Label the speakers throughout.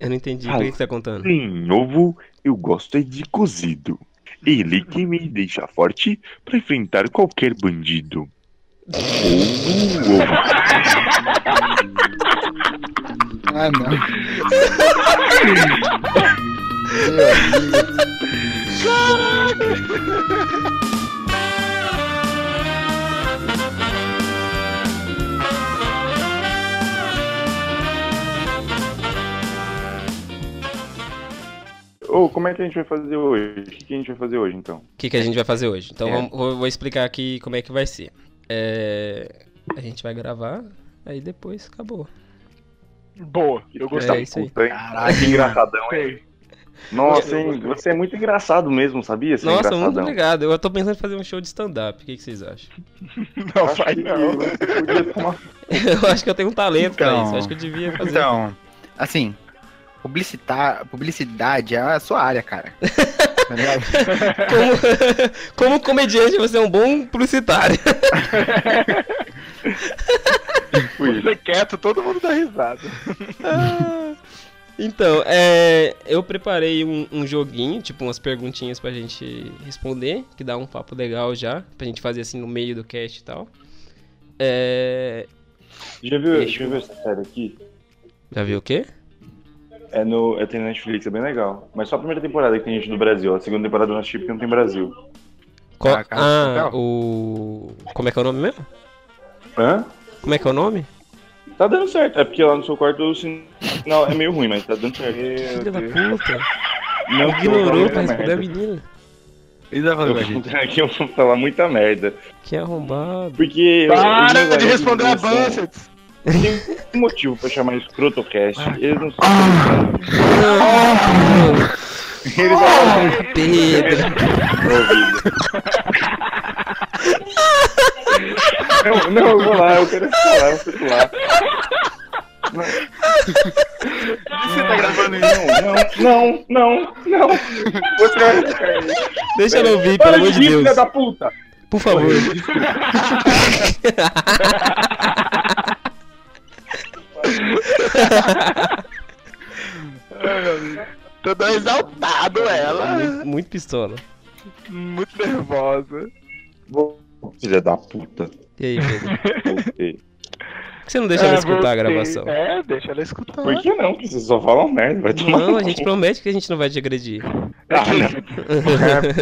Speaker 1: Eu não entendi o que você tá contando.
Speaker 2: Sem ovo, eu gosto é de cozido. Ele que me deixa forte pra enfrentar qualquer bandido. Ovo, ovo.
Speaker 3: Ah, não. Meu amigo.
Speaker 4: Ô, como é que a gente vai fazer hoje? O que, que a gente vai fazer hoje, então?
Speaker 1: O que, que a gente vai fazer hoje? Então
Speaker 4: É.
Speaker 1: vamos- vou, vou explicar aqui como é que vai ser. É, a gente vai gravar, aí depois acabou.
Speaker 5: Boa, eu
Speaker 1: É
Speaker 5: gostei.
Speaker 1: isso aí.
Speaker 4: Tá Puta, hein?
Speaker 3: Caralho.
Speaker 4: Que engraçadão, hein?
Speaker 5: Gostei.
Speaker 4: Nossa, hein? Você é muito engraçado mesmo, sabia? Você é
Speaker 1: Nossa, muito
Speaker 4: engraçadão.
Speaker 1: obrigado. Eu tô pensando em fazer um show de stand-up. O que, que vocês acham?
Speaker 5: Não,
Speaker 4: Acho
Speaker 5: vai
Speaker 4: que é
Speaker 5: não.
Speaker 4: você podia tomar-
Speaker 1: Eu acho que eu tenho um talento pra
Speaker 3: Então.
Speaker 1: isso. Eu acho que eu devia fazer.
Speaker 3: Então, assim, publicitar, publicidade é a sua área, cara. Tá ligado?
Speaker 1: Como, como comediante, você é um bom publicitário.
Speaker 5: Você é quieto, todo mundo dá risada.
Speaker 1: Ah, então, é, eu preparei um, um joguinho, tipo umas perguntinhas pra gente responder, que dá um papo legal já, pra gente fazer assim no meio do cast e tal. É,
Speaker 4: Já viu, já viu essa série aqui?
Speaker 1: já viu o quê?
Speaker 4: É no. É tem na Netflix, é bem legal. Mas só a primeira temporada que tem gente do Brasil. A segunda temporada eu não assisti porque não tem Brasil.
Speaker 1: Qual-
Speaker 3: Ah, cara,
Speaker 1: ah,
Speaker 3: legal.
Speaker 1: o. Como é que é o nome mesmo?
Speaker 4: Hã?
Speaker 1: Como é que é o nome?
Speaker 4: Tá dando certo. É porque lá no seu quarto o sinal é meio ruim, mas tá dando certo.
Speaker 1: Filha da
Speaker 4: Não
Speaker 1: puta.
Speaker 4: que eu
Speaker 1: Ignorou
Speaker 4: falo
Speaker 1: pra
Speaker 4: muita
Speaker 1: responder a
Speaker 4: merda.
Speaker 1: menina.
Speaker 3: Isso vai falar com a gente.
Speaker 4: Eu- Aqui eu vou falar muita merda.
Speaker 1: Que é arrombado.
Speaker 4: Porque. os
Speaker 5: Para
Speaker 4: meus
Speaker 5: de responder a
Speaker 4: amigos são-
Speaker 5: Buncet!
Speaker 4: Tem um motivo pra chamar escrotocast.
Speaker 1: Ah.
Speaker 4: Eles não
Speaker 3: Eles falam,
Speaker 1: Pedro.
Speaker 4: Não, não, eu vou lá, eu quero falar, eu fico lá.
Speaker 3: Você tá gravando isso?
Speaker 4: Não, não, não, não, não. Você vai ficar aí.
Speaker 1: Deixa eu ouvir, pelo
Speaker 4: Para
Speaker 1: amor
Speaker 4: de
Speaker 1: de
Speaker 4: rir,
Speaker 1: Deus.
Speaker 4: filha da puta!
Speaker 1: Por favor.
Speaker 5: Tô dando exaltado ela.
Speaker 1: Muito, muito pistola.
Speaker 5: Muito nervosa.
Speaker 4: Filha da puta.
Speaker 1: E aí, Pedro?
Speaker 4: Voltei.
Speaker 1: Por que você não deixa ela
Speaker 5: É,
Speaker 1: escutar a
Speaker 5: você-
Speaker 1: gravação?
Speaker 5: É, deixa ela escutar.
Speaker 4: Por que não? Porque vocês só falam merda, vai tomar.
Speaker 1: Não,
Speaker 4: no
Speaker 1: a
Speaker 4: cu.
Speaker 1: gente promete que a gente não vai te agredir.
Speaker 4: Ah, não.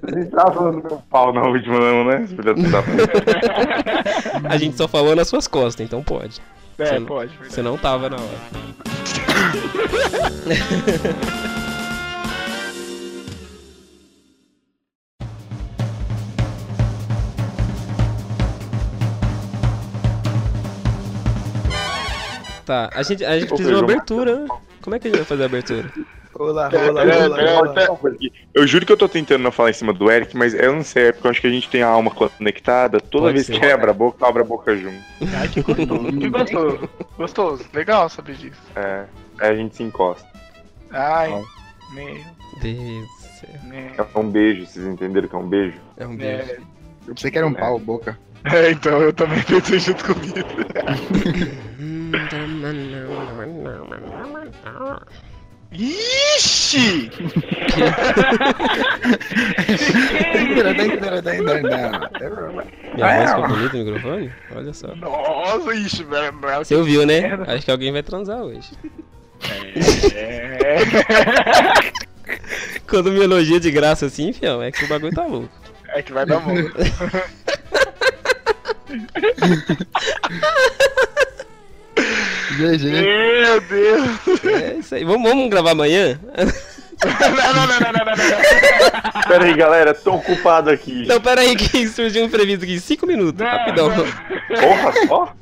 Speaker 4: Vocês estavam tá falando meu pau na última, não, né? Filha da puta.
Speaker 1: A gente só falou nas suas costas, então pode.
Speaker 5: É, pode.
Speaker 1: Você não tava na hora. Tá, a gente, a gente
Speaker 4: Ô,
Speaker 1: precisa de uma
Speaker 4: Pedro,
Speaker 1: abertura. né? Como é que a gente vai fazer a abertura?
Speaker 5: É,
Speaker 3: Rola, rola, rola, rola.
Speaker 4: É, Eu juro que eu tô tentando não falar em cima do Eric, mas eu não sei, é porque eu acho que a gente tem a alma conectada. Toda
Speaker 1: Pode
Speaker 4: vez
Speaker 1: ser.
Speaker 4: que ele abre a boca, abre a boca junto.
Speaker 5: Ai, que gostoso. que gostoso. Gostoso. Legal saber disso.
Speaker 4: É, aí a gente se encosta.
Speaker 5: Ai,
Speaker 4: Não.
Speaker 5: meio,
Speaker 1: Deus do céu.
Speaker 5: meio.
Speaker 4: É um beijo, vocês entenderam que é um beijo?
Speaker 1: É um beijo.
Speaker 5: É,
Speaker 3: Eu pensei que era um pau, boca.
Speaker 5: É, então eu também pensei junto comigo. Ixi!
Speaker 1: Minha voz ficou bonita no microfone? Olha só.
Speaker 5: Nossa, ixi, velho. é velho,
Speaker 1: Você ouviu, né?
Speaker 5: Merda.
Speaker 1: Acho que alguém vai transar hoje.
Speaker 5: É,
Speaker 1: Quando me elogia de graça assim, fião, é que o bagulho tá louco.
Speaker 5: é que vai dar bom.
Speaker 3: GG.
Speaker 5: Meu Deus!
Speaker 1: É isso aí. Vamos, vamos gravar amanhã?
Speaker 5: Não, não, não, não, não, não, não.
Speaker 4: Pera aí, galera, tô ocupado aqui.
Speaker 1: Não, pera aí Então, que surgiu um imprevisto aqui. Cinco minutos,
Speaker 5: Não,
Speaker 1: rapidão.
Speaker 5: não.
Speaker 4: Porra, só?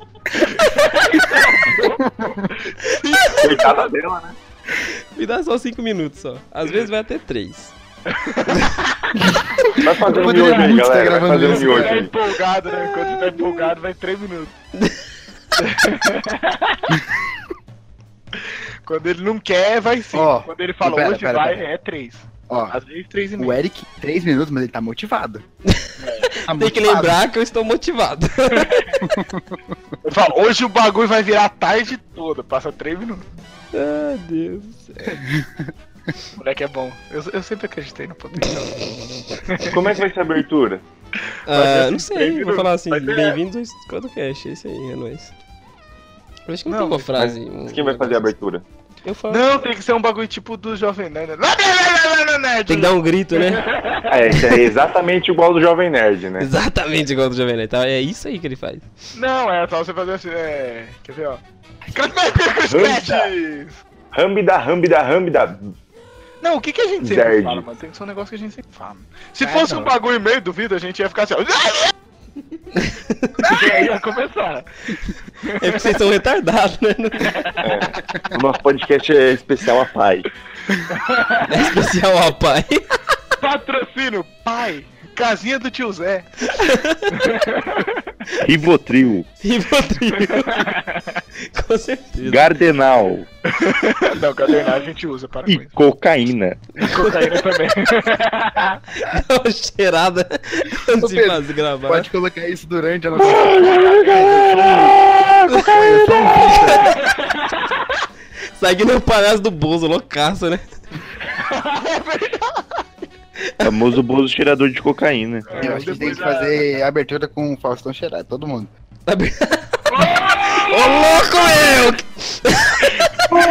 Speaker 4: Coitada dela, né?
Speaker 1: Me dá só cinco minutos só. Às vezes vai até três.
Speaker 4: Vai fazer
Speaker 3: Eu
Speaker 4: um
Speaker 3: poderia
Speaker 4: miojo aí,
Speaker 3: muito estar
Speaker 4: galera. Vai
Speaker 3: gravando
Speaker 4: fazer um
Speaker 3: isso,
Speaker 4: miojo
Speaker 5: Tá
Speaker 4: aí.
Speaker 5: empolgado, né? Quando tá empolgado, vai 3 minutos. Quando ele não quer, vai 5.
Speaker 3: Ó,
Speaker 5: Quando ele fala
Speaker 3: pera,
Speaker 5: hoje
Speaker 3: pera,
Speaker 5: vai,
Speaker 3: pera.
Speaker 5: é 3.
Speaker 3: Ó,
Speaker 5: Às vezes 3 e
Speaker 3: o
Speaker 5: meio. É.
Speaker 3: Eric, três minutos, mas ele tá motivado.
Speaker 1: Tem que lembrar que eu estou motivado.
Speaker 3: Ele fala, hoje o bagulho vai virar a tarde toda, passa três minutos.
Speaker 1: ah, Deus. do céu.
Speaker 3: O moleque é bom. Eu, eu sempre acreditei no potencial.
Speaker 6: Como é que vai ser a abertura?
Speaker 1: Ah, não sei, vou
Speaker 6: bem-vindo.
Speaker 1: falar assim,
Speaker 6: Vai ter-
Speaker 1: bem-vindos ao Escodocast, é isso aí, é nóis. Eu acho que não,
Speaker 3: Não,
Speaker 1: tem uma
Speaker 3: mas-
Speaker 1: frase.
Speaker 6: Mas
Speaker 1: um-
Speaker 6: Quem vai fazer a abertura?
Speaker 1: Eu falo.
Speaker 3: Não, tem que ser um bagulho tipo do Jovem Nerd. Lá, lá, lá, lá, lá, lá, Nerd.
Speaker 1: Tem que dar um grito, né?
Speaker 6: Ah, esse é exatamente igual ao do Jovem Nerd, né?
Speaker 1: Exatamente igual do Jovem Nerd, tá? É isso aí que ele faz.
Speaker 3: Não, é só você fazer assim, é... Quer ver, ó. Crash!
Speaker 6: Rambi da Rambi da Rambi da.
Speaker 3: Não, o que, que a gente sempre
Speaker 6: Nerd.
Speaker 3: fala, mano? Tem que ser um negócio que a gente sempre fala. Se
Speaker 5: É,
Speaker 3: fosse
Speaker 5: não.
Speaker 3: um bagulho meio duvido, a gente ia ficar assim, ó. E aí ia começar.
Speaker 1: É porque vocês são retardados, né?
Speaker 6: O nosso podcast é especial a pai.
Speaker 1: Não é especial, rapaz.
Speaker 3: Patrocínio, pai, casinha do tio Zé.
Speaker 4: Rivotril,
Speaker 1: Rivotril. Com certeza.
Speaker 4: Gardenal
Speaker 3: Não, cadernagem a gente usa, para com
Speaker 4: e
Speaker 3: isso.
Speaker 4: cocaína.
Speaker 3: E cocaína também.
Speaker 1: Dá uma cheirada antes de
Speaker 5: Pedro,
Speaker 1: fazer gravar.
Speaker 5: Pode colocar isso durante a nossa.
Speaker 1: Sai que nem o palhaço do Bozo, loucaça, né?
Speaker 4: Famoso Bozo cheirador de cocaína.
Speaker 5: Eu acho que a gente tem que fazer a abertura com o Faustão cheirado, todo mundo.
Speaker 1: Tá bem- Ô louco, meu!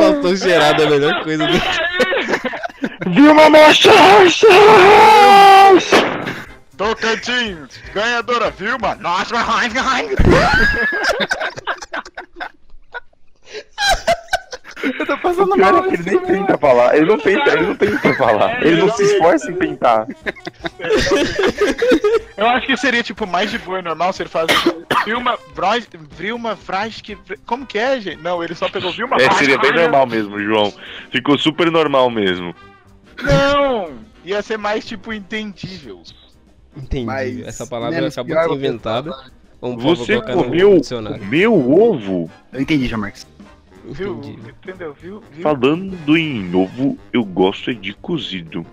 Speaker 1: Faltou cheirado, é a melhor coisa do.
Speaker 4: Vilma Machado!
Speaker 3: Tocantins, ganhadora Vilma. Nossa, ai, ai.
Speaker 5: Eu tô passando
Speaker 4: O pior é que ele nem tenta falar. Ele não tenta, ele não tenta falar. Ele não se esforça em tentar.
Speaker 3: Eu acho que seria tipo mais de boa e normal se ele faz um Vilma Broz, Vilma Frask. Como que é, gente? Não, ele só pegou Vilma Ah,
Speaker 4: É, seria bem
Speaker 3: Frask.
Speaker 4: normal mesmo, João. Ficou super normal mesmo.
Speaker 3: Não! Ia ser mais tipo entendível.
Speaker 1: Entendi.
Speaker 5: Mas
Speaker 1: Essa palavra
Speaker 5: menos
Speaker 1: acabou
Speaker 5: pior
Speaker 1: de ser
Speaker 5: você
Speaker 1: inventada. Vamos por favor,
Speaker 4: Você
Speaker 1: colocar no
Speaker 4: comeu
Speaker 1: dicionário.
Speaker 4: meu ovo?
Speaker 5: Eu entendi, João Marcos.
Speaker 3: Viu?
Speaker 1: Entendi.
Speaker 3: Entendeu? Viu? Viu?
Speaker 4: Falando em ovo, eu gosto é de cozido.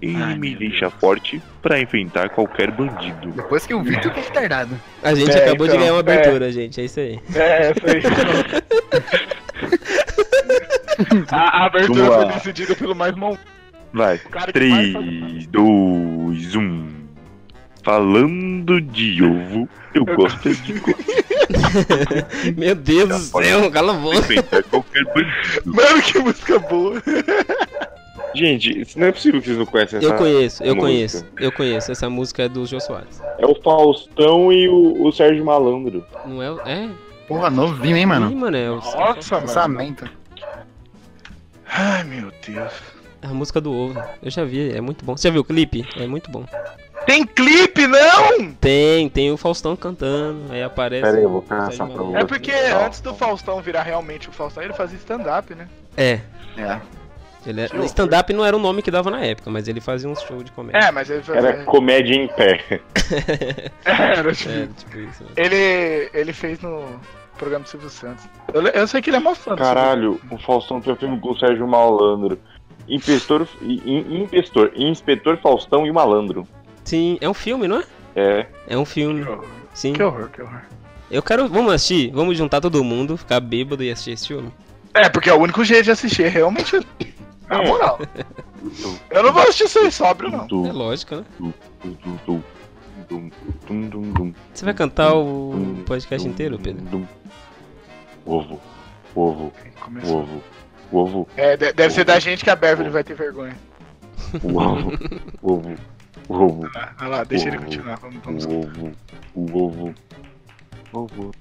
Speaker 4: Ele
Speaker 3: Ai,
Speaker 4: me
Speaker 3: meu
Speaker 4: deixa forte pra enfrentar qualquer bandido.
Speaker 5: Depois que o Vitor tá retardado.
Speaker 1: A gente
Speaker 6: É,
Speaker 1: acabou de
Speaker 6: então,
Speaker 1: ganhar uma
Speaker 6: é.
Speaker 1: abertura, gente. É isso aí.
Speaker 6: É, foi isso.
Speaker 3: A, a abertura
Speaker 4: Vamos lá.
Speaker 3: foi decidida pelo mais mon.
Speaker 4: Vai.
Speaker 3: cara que mais faz-
Speaker 4: 3, 2, 1. Falando de ovo, eu gosto é de cozido.
Speaker 1: Meu Deus do céu, cala a
Speaker 4: pra
Speaker 1: boca.
Speaker 4: enfrentar qualquer bandido.
Speaker 3: Mano, que música boa!
Speaker 6: Gente, isso não é possível que vocês não conhecem essa.
Speaker 1: Eu conheço, eu
Speaker 6: música.
Speaker 1: conheço, eu conheço. Essa música é do Jô Soares.
Speaker 6: É o Faustão e o, o Sérgio Malandro.
Speaker 1: Não é? É?
Speaker 5: Porra, novinho, hein, mano?
Speaker 1: Ih, mano, é o-
Speaker 3: Nossa, mano.
Speaker 5: Pensamento.
Speaker 3: Ai, meu Deus.
Speaker 1: a música do ovo. Eu já vi, é muito bom. Você já viu o clipe? É muito bom.
Speaker 3: Tem clipe, não?
Speaker 1: Tem, tem o Faustão cantando, aí aparece.
Speaker 6: Pera aí, eu vou caçar pra
Speaker 3: É porque antes do Faustão virar realmente o Faustão, ele fazia stand-up, né?
Speaker 1: É.
Speaker 5: É.
Speaker 1: Ele
Speaker 3: Que
Speaker 1: era...
Speaker 3: horror.
Speaker 1: Stand-up não era o nome que dava na época, mas ele fazia uns shows de comédia.
Speaker 3: É, mas ele fazia.
Speaker 6: Era comédia em pé.
Speaker 3: Era, tipo,
Speaker 1: É, tipo isso. né?
Speaker 3: Ele, ele fez no programa do Silvio Santos. Eu, le- eu sei que ele é mó fã. do
Speaker 6: Caralho, o Faustão
Speaker 4: tá
Speaker 6: tem um filme com o Sérgio Malandro. Impestor, in- impestor, inspetor Faustão e Malandro.
Speaker 1: Sim, é um filme, não é?
Speaker 6: É.
Speaker 1: É um filme,
Speaker 3: Silvio Santos.
Speaker 1: sim.
Speaker 3: Que horror, que horror.
Speaker 1: Eu quero. Vamos assistir? Vamos juntar todo mundo, ficar bêbado e assistir esse filme?
Speaker 3: É, porque é o único jeito de assistir, realmente. Na moral. Eu não vou assistir sem sóbrio, não.
Speaker 1: É
Speaker 4: Do,
Speaker 1: lógico, né?
Speaker 4: do, do, do, dum, dum, dum, dum,
Speaker 1: Você vai cantar o podcast
Speaker 4: dum,
Speaker 1: inteiro,
Speaker 4: dum,
Speaker 1: Pedro?
Speaker 4: dum. Ovo, ovo,
Speaker 3: Começou.
Speaker 4: ovo, ovo,
Speaker 3: É, de- deve ser da gente que a Beverly vai ter vergonha.
Speaker 4: ovo, ovo, ovo,
Speaker 3: Ah, Olha lá, deixa ele continuar. Vamos, vamos.
Speaker 4: o ovo, o ovo, ovo.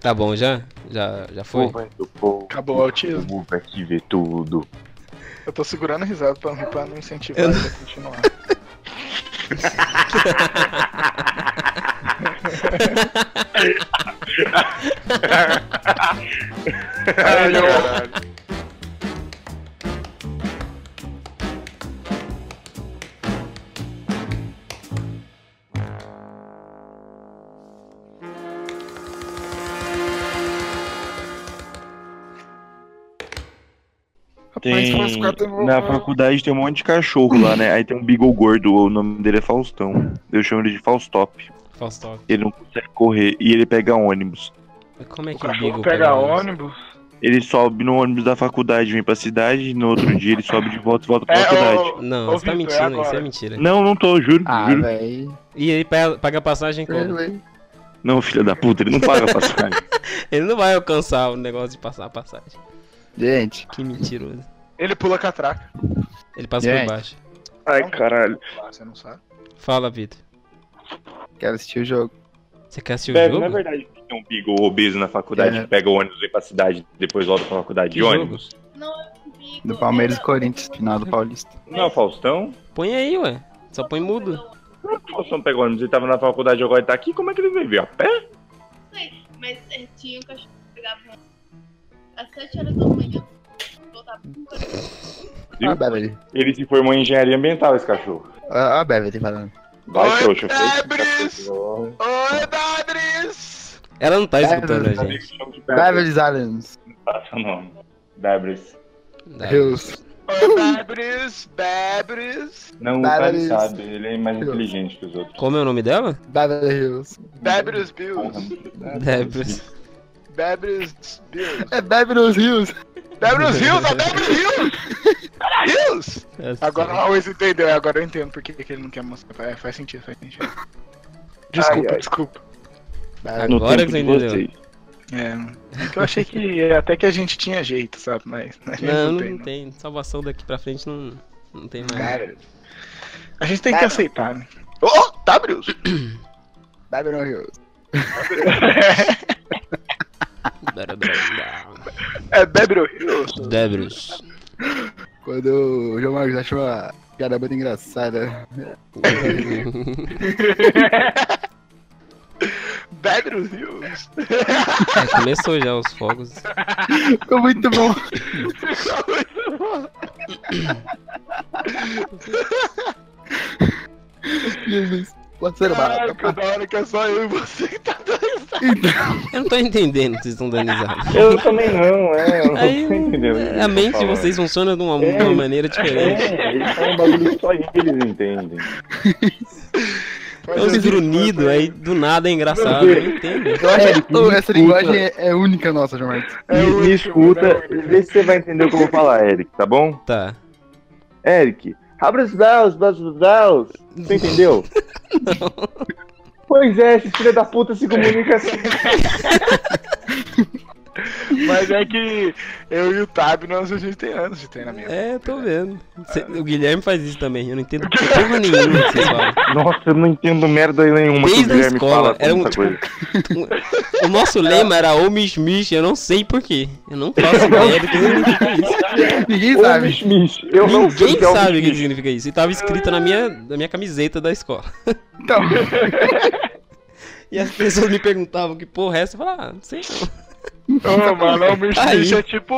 Speaker 1: Tá bom, já? Já, já foi?
Speaker 6: Pô, vai do povo.
Speaker 3: Acabou o autismo.
Speaker 4: Ovo vai te ver tudo.
Speaker 3: Eu tô segurando a risada pra, não- pra não incentivar
Speaker 1: Eu
Speaker 3: ele a continuar. Caralho, caralho. Rapaz,
Speaker 6: Tem...
Speaker 3: foram os quatro-
Speaker 6: Na faculdade tem um monte de cachorro lá, né? Aí tem um Beagle gordo, o nome dele é Faustão. Eu chamo ele de Faustop.
Speaker 3: um
Speaker 1: Faustop.
Speaker 4: Ele não consegue correr e ele pega ônibus.
Speaker 1: Como é
Speaker 3: O
Speaker 1: que o
Speaker 3: cachorro
Speaker 1: Beagle
Speaker 3: pega
Speaker 1: ônibus?
Speaker 3: ônibus.
Speaker 4: Ele sobe no ônibus da faculdade, vem pra cidade, e no outro dia ele sobe de volta e volta pra
Speaker 3: É,
Speaker 4: faculdade.
Speaker 3: ô,
Speaker 1: Não,
Speaker 3: ô,
Speaker 1: você tá
Speaker 3: Vitor,
Speaker 1: mentindo,
Speaker 3: é
Speaker 1: isso é
Speaker 3: agora.
Speaker 1: mentira.
Speaker 4: Não, não tô, juro,
Speaker 5: Ah,
Speaker 4: juro.
Speaker 5: velho.
Speaker 1: E ele pa- paga a passagem como?
Speaker 4: Não, filha da puta, ele não paga a passagem.
Speaker 1: Ele não vai alcançar o negócio de passar a passagem.
Speaker 5: Gente,
Speaker 1: Que mentiroso.
Speaker 3: Ele pula catraca.
Speaker 1: Ele passa
Speaker 5: Gente.
Speaker 1: por baixo.
Speaker 4: Ai, caralho.
Speaker 3: Ah, Você não sabe.
Speaker 1: Fala, Vitor.
Speaker 5: quero assistir o jogo.
Speaker 1: Você quer assistir o
Speaker 4: É,
Speaker 1: jogo?
Speaker 4: não é verdade que tem um Beagle obeso na faculdade
Speaker 5: É.
Speaker 4: que pega o ônibus e vem pra cidade, depois volta pra faculdade
Speaker 1: Que
Speaker 4: de
Speaker 1: jogo?
Speaker 4: ônibus?
Speaker 5: Do Palmeiras
Speaker 7: é,
Speaker 5: e Corinthians, final do Paulista.
Speaker 4: Não, Faustão.
Speaker 1: Põe aí, ué. Só põe mudo.
Speaker 4: Como que o Faustão pegou ônibus? Ele tava na faculdade agora e tá aqui, como é que ele veio? A pé?
Speaker 7: Mas é, tinha um cachorro que pegava um. às 7 horas da manhã, voltava pro quarto.
Speaker 5: Olha a Beverly.
Speaker 4: Ele se formou em engenharia ambiental, esse cachorro.
Speaker 5: Olha a Beverly falando.
Speaker 4: Vai,
Speaker 3: Oi,
Speaker 4: trouxa.
Speaker 3: Debris! Oi, Dadris!
Speaker 1: Ela não tá
Speaker 5: É,
Speaker 1: escutando a
Speaker 6: um
Speaker 5: não,
Speaker 1: gente.
Speaker 4: Debris.
Speaker 5: Beverly's Islands.
Speaker 4: Debris.
Speaker 5: Hills.
Speaker 3: Oi, Debris! Bebris!
Speaker 4: Não, o
Speaker 5: Debris.
Speaker 4: cara sabe, ele é mais inteligente que os outros.
Speaker 1: Como é o nome dela?
Speaker 5: Beverly Hills.
Speaker 3: Bebris Bills!
Speaker 1: Debris.
Speaker 3: Bebris Bills!
Speaker 5: É Beverly Hills.
Speaker 3: Bebris Hills! É Bebris Hills! Caralho, Hills!
Speaker 1: É assim.
Speaker 3: Agora o Always entendeu, agora eu entendo porque que ele não quer mostrar. É, faz sentido, faz sentido. Desculpa,
Speaker 6: Ai, ai.
Speaker 3: desculpa.
Speaker 5: Beverly-
Speaker 4: No
Speaker 1: Agora
Speaker 4: tempo
Speaker 1: que você
Speaker 4: de
Speaker 1: entendeu.
Speaker 4: vocês.
Speaker 3: É, é que eu achei que até que a gente tinha jeito, sabe? Mas a gente
Speaker 1: Não,
Speaker 3: não,
Speaker 1: não
Speaker 3: tem.
Speaker 1: tem,
Speaker 3: né?
Speaker 1: Salvação daqui pra frente não, não tem mais.
Speaker 5: Beverly.
Speaker 3: A gente tem que
Speaker 5: Cara.
Speaker 3: aceitar, né? Ô, oh, tá, Bruce?
Speaker 5: Beverly Hills.
Speaker 3: É Bebro Hills.
Speaker 1: Debris.
Speaker 5: Quando o João Marcos achou a piada muito engraçada.
Speaker 3: Bebro Hills.
Speaker 1: É, começou já os fogos.
Speaker 5: Ficou muito bom. Jesus. Parceiro barato.
Speaker 3: Caraca, da hora que é só eu e você que tá dançando.
Speaker 1: Eu não tô entendendo, vocês estão dando risada.
Speaker 6: Eu também não, é. Eu não
Speaker 1: Aí,
Speaker 6: tô entendendo. o que
Speaker 1: é,
Speaker 6: eles
Speaker 1: a
Speaker 6: tão
Speaker 1: mente de
Speaker 6: falando.
Speaker 1: vocês funciona de uma, de
Speaker 6: É.
Speaker 1: uma maneira diferente.
Speaker 6: É, eles falam um bagulho que só eles entendem.
Speaker 1: É uns grunhidos, aí do nada é engraçado. Eu não entendo.
Speaker 5: Eu acho que
Speaker 6: me
Speaker 5: essa
Speaker 6: escuta.
Speaker 5: linguagem é, é única nossa, João Marcos.
Speaker 3: É
Speaker 6: me,
Speaker 3: o
Speaker 6: me
Speaker 3: último,
Speaker 6: escuta
Speaker 3: né, o
Speaker 6: e
Speaker 3: último.
Speaker 6: vê se você vai entender o que eu vou falar, Eric, tá bom?
Speaker 1: Tá.
Speaker 6: Eric, abre os braços, abre os braços. Você entendeu? Pois é, esse filho da puta se comunica assim.
Speaker 3: Mas é que eu e o Tab, nós a gente tem anos de treinamento.
Speaker 1: É, tô vendo. Cê- o Guilherme faz isso também. Eu não entendo porra nenhuma que vocês falam.
Speaker 6: Nossa, eu não entendo merda nenhuma
Speaker 1: Desde
Speaker 6: que
Speaker 1: a
Speaker 6: o Guilherme
Speaker 1: escola,
Speaker 6: fala.
Speaker 1: era um-
Speaker 6: tanta coisa.
Speaker 1: O nosso lema era ou mish mish, eu não sei porquê. Eu não faço ideia do que significa isso.
Speaker 5: Ninguém
Speaker 6: Ô,
Speaker 5: sabe.
Speaker 6: bicho, bicho, eu não sei
Speaker 1: Ninguém
Speaker 6: que é o
Speaker 1: sabe o que
Speaker 6: bicho.
Speaker 1: significa isso. E tava escrito na minha, na minha camiseta da escola.
Speaker 5: Então,
Speaker 1: E as pessoas me perguntavam que porra é essa. Eu falava, ah, não sei não.
Speaker 6: tá
Speaker 3: Ô, mano, o bicho
Speaker 1: Aí. Uhum.
Speaker 3: bicho é tipo.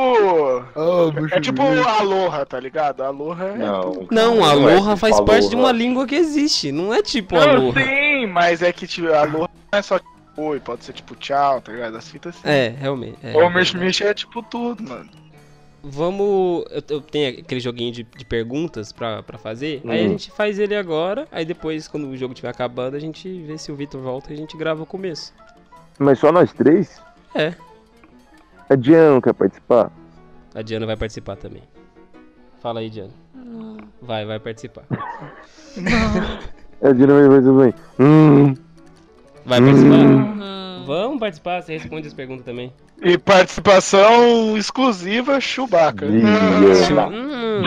Speaker 5: oh, bicho,
Speaker 3: É tipo
Speaker 5: bicho.
Speaker 3: aloha, tá ligado? Aloha é.
Speaker 6: Não,
Speaker 1: Não,
Speaker 6: é
Speaker 1: aloha
Speaker 6: tipo
Speaker 1: faz parte de uma
Speaker 4: né?
Speaker 6: aloha.
Speaker 1: língua que existe. Não é tipo
Speaker 3: Não,
Speaker 1: aloha.
Speaker 3: sim, mas é que tipo, aloha não é só tipo oi, pode ser tipo tchau, tá ligado? As fitas assim.
Speaker 1: É, realmente. é.
Speaker 3: Ô, Mish Mish é tipo tudo, mano.
Speaker 1: Vamos. Eu, eu tenho aquele joguinho de, de perguntas pra, pra fazer. Aí a gente faz ele agora. Aí depois, quando o jogo tiver acabando, a gente vê se o Vitor volta e a gente grava o começo.
Speaker 4: Mas só nós três?
Speaker 1: É.
Speaker 6: É
Speaker 4: A Diana não quer participar?
Speaker 1: A Diana vai participar também. Fala aí, Diana. Vai, vai participar.
Speaker 6: É
Speaker 4: A Diana vai fazer
Speaker 6: assim,
Speaker 4: bem. Hum.
Speaker 1: Vai
Speaker 3: Hum.
Speaker 8: Uhum.
Speaker 1: participar? Vamos participar, você responde as perguntas também.
Speaker 3: E participação exclusiva Chewbacca.
Speaker 4: Diana.
Speaker 1: Hum.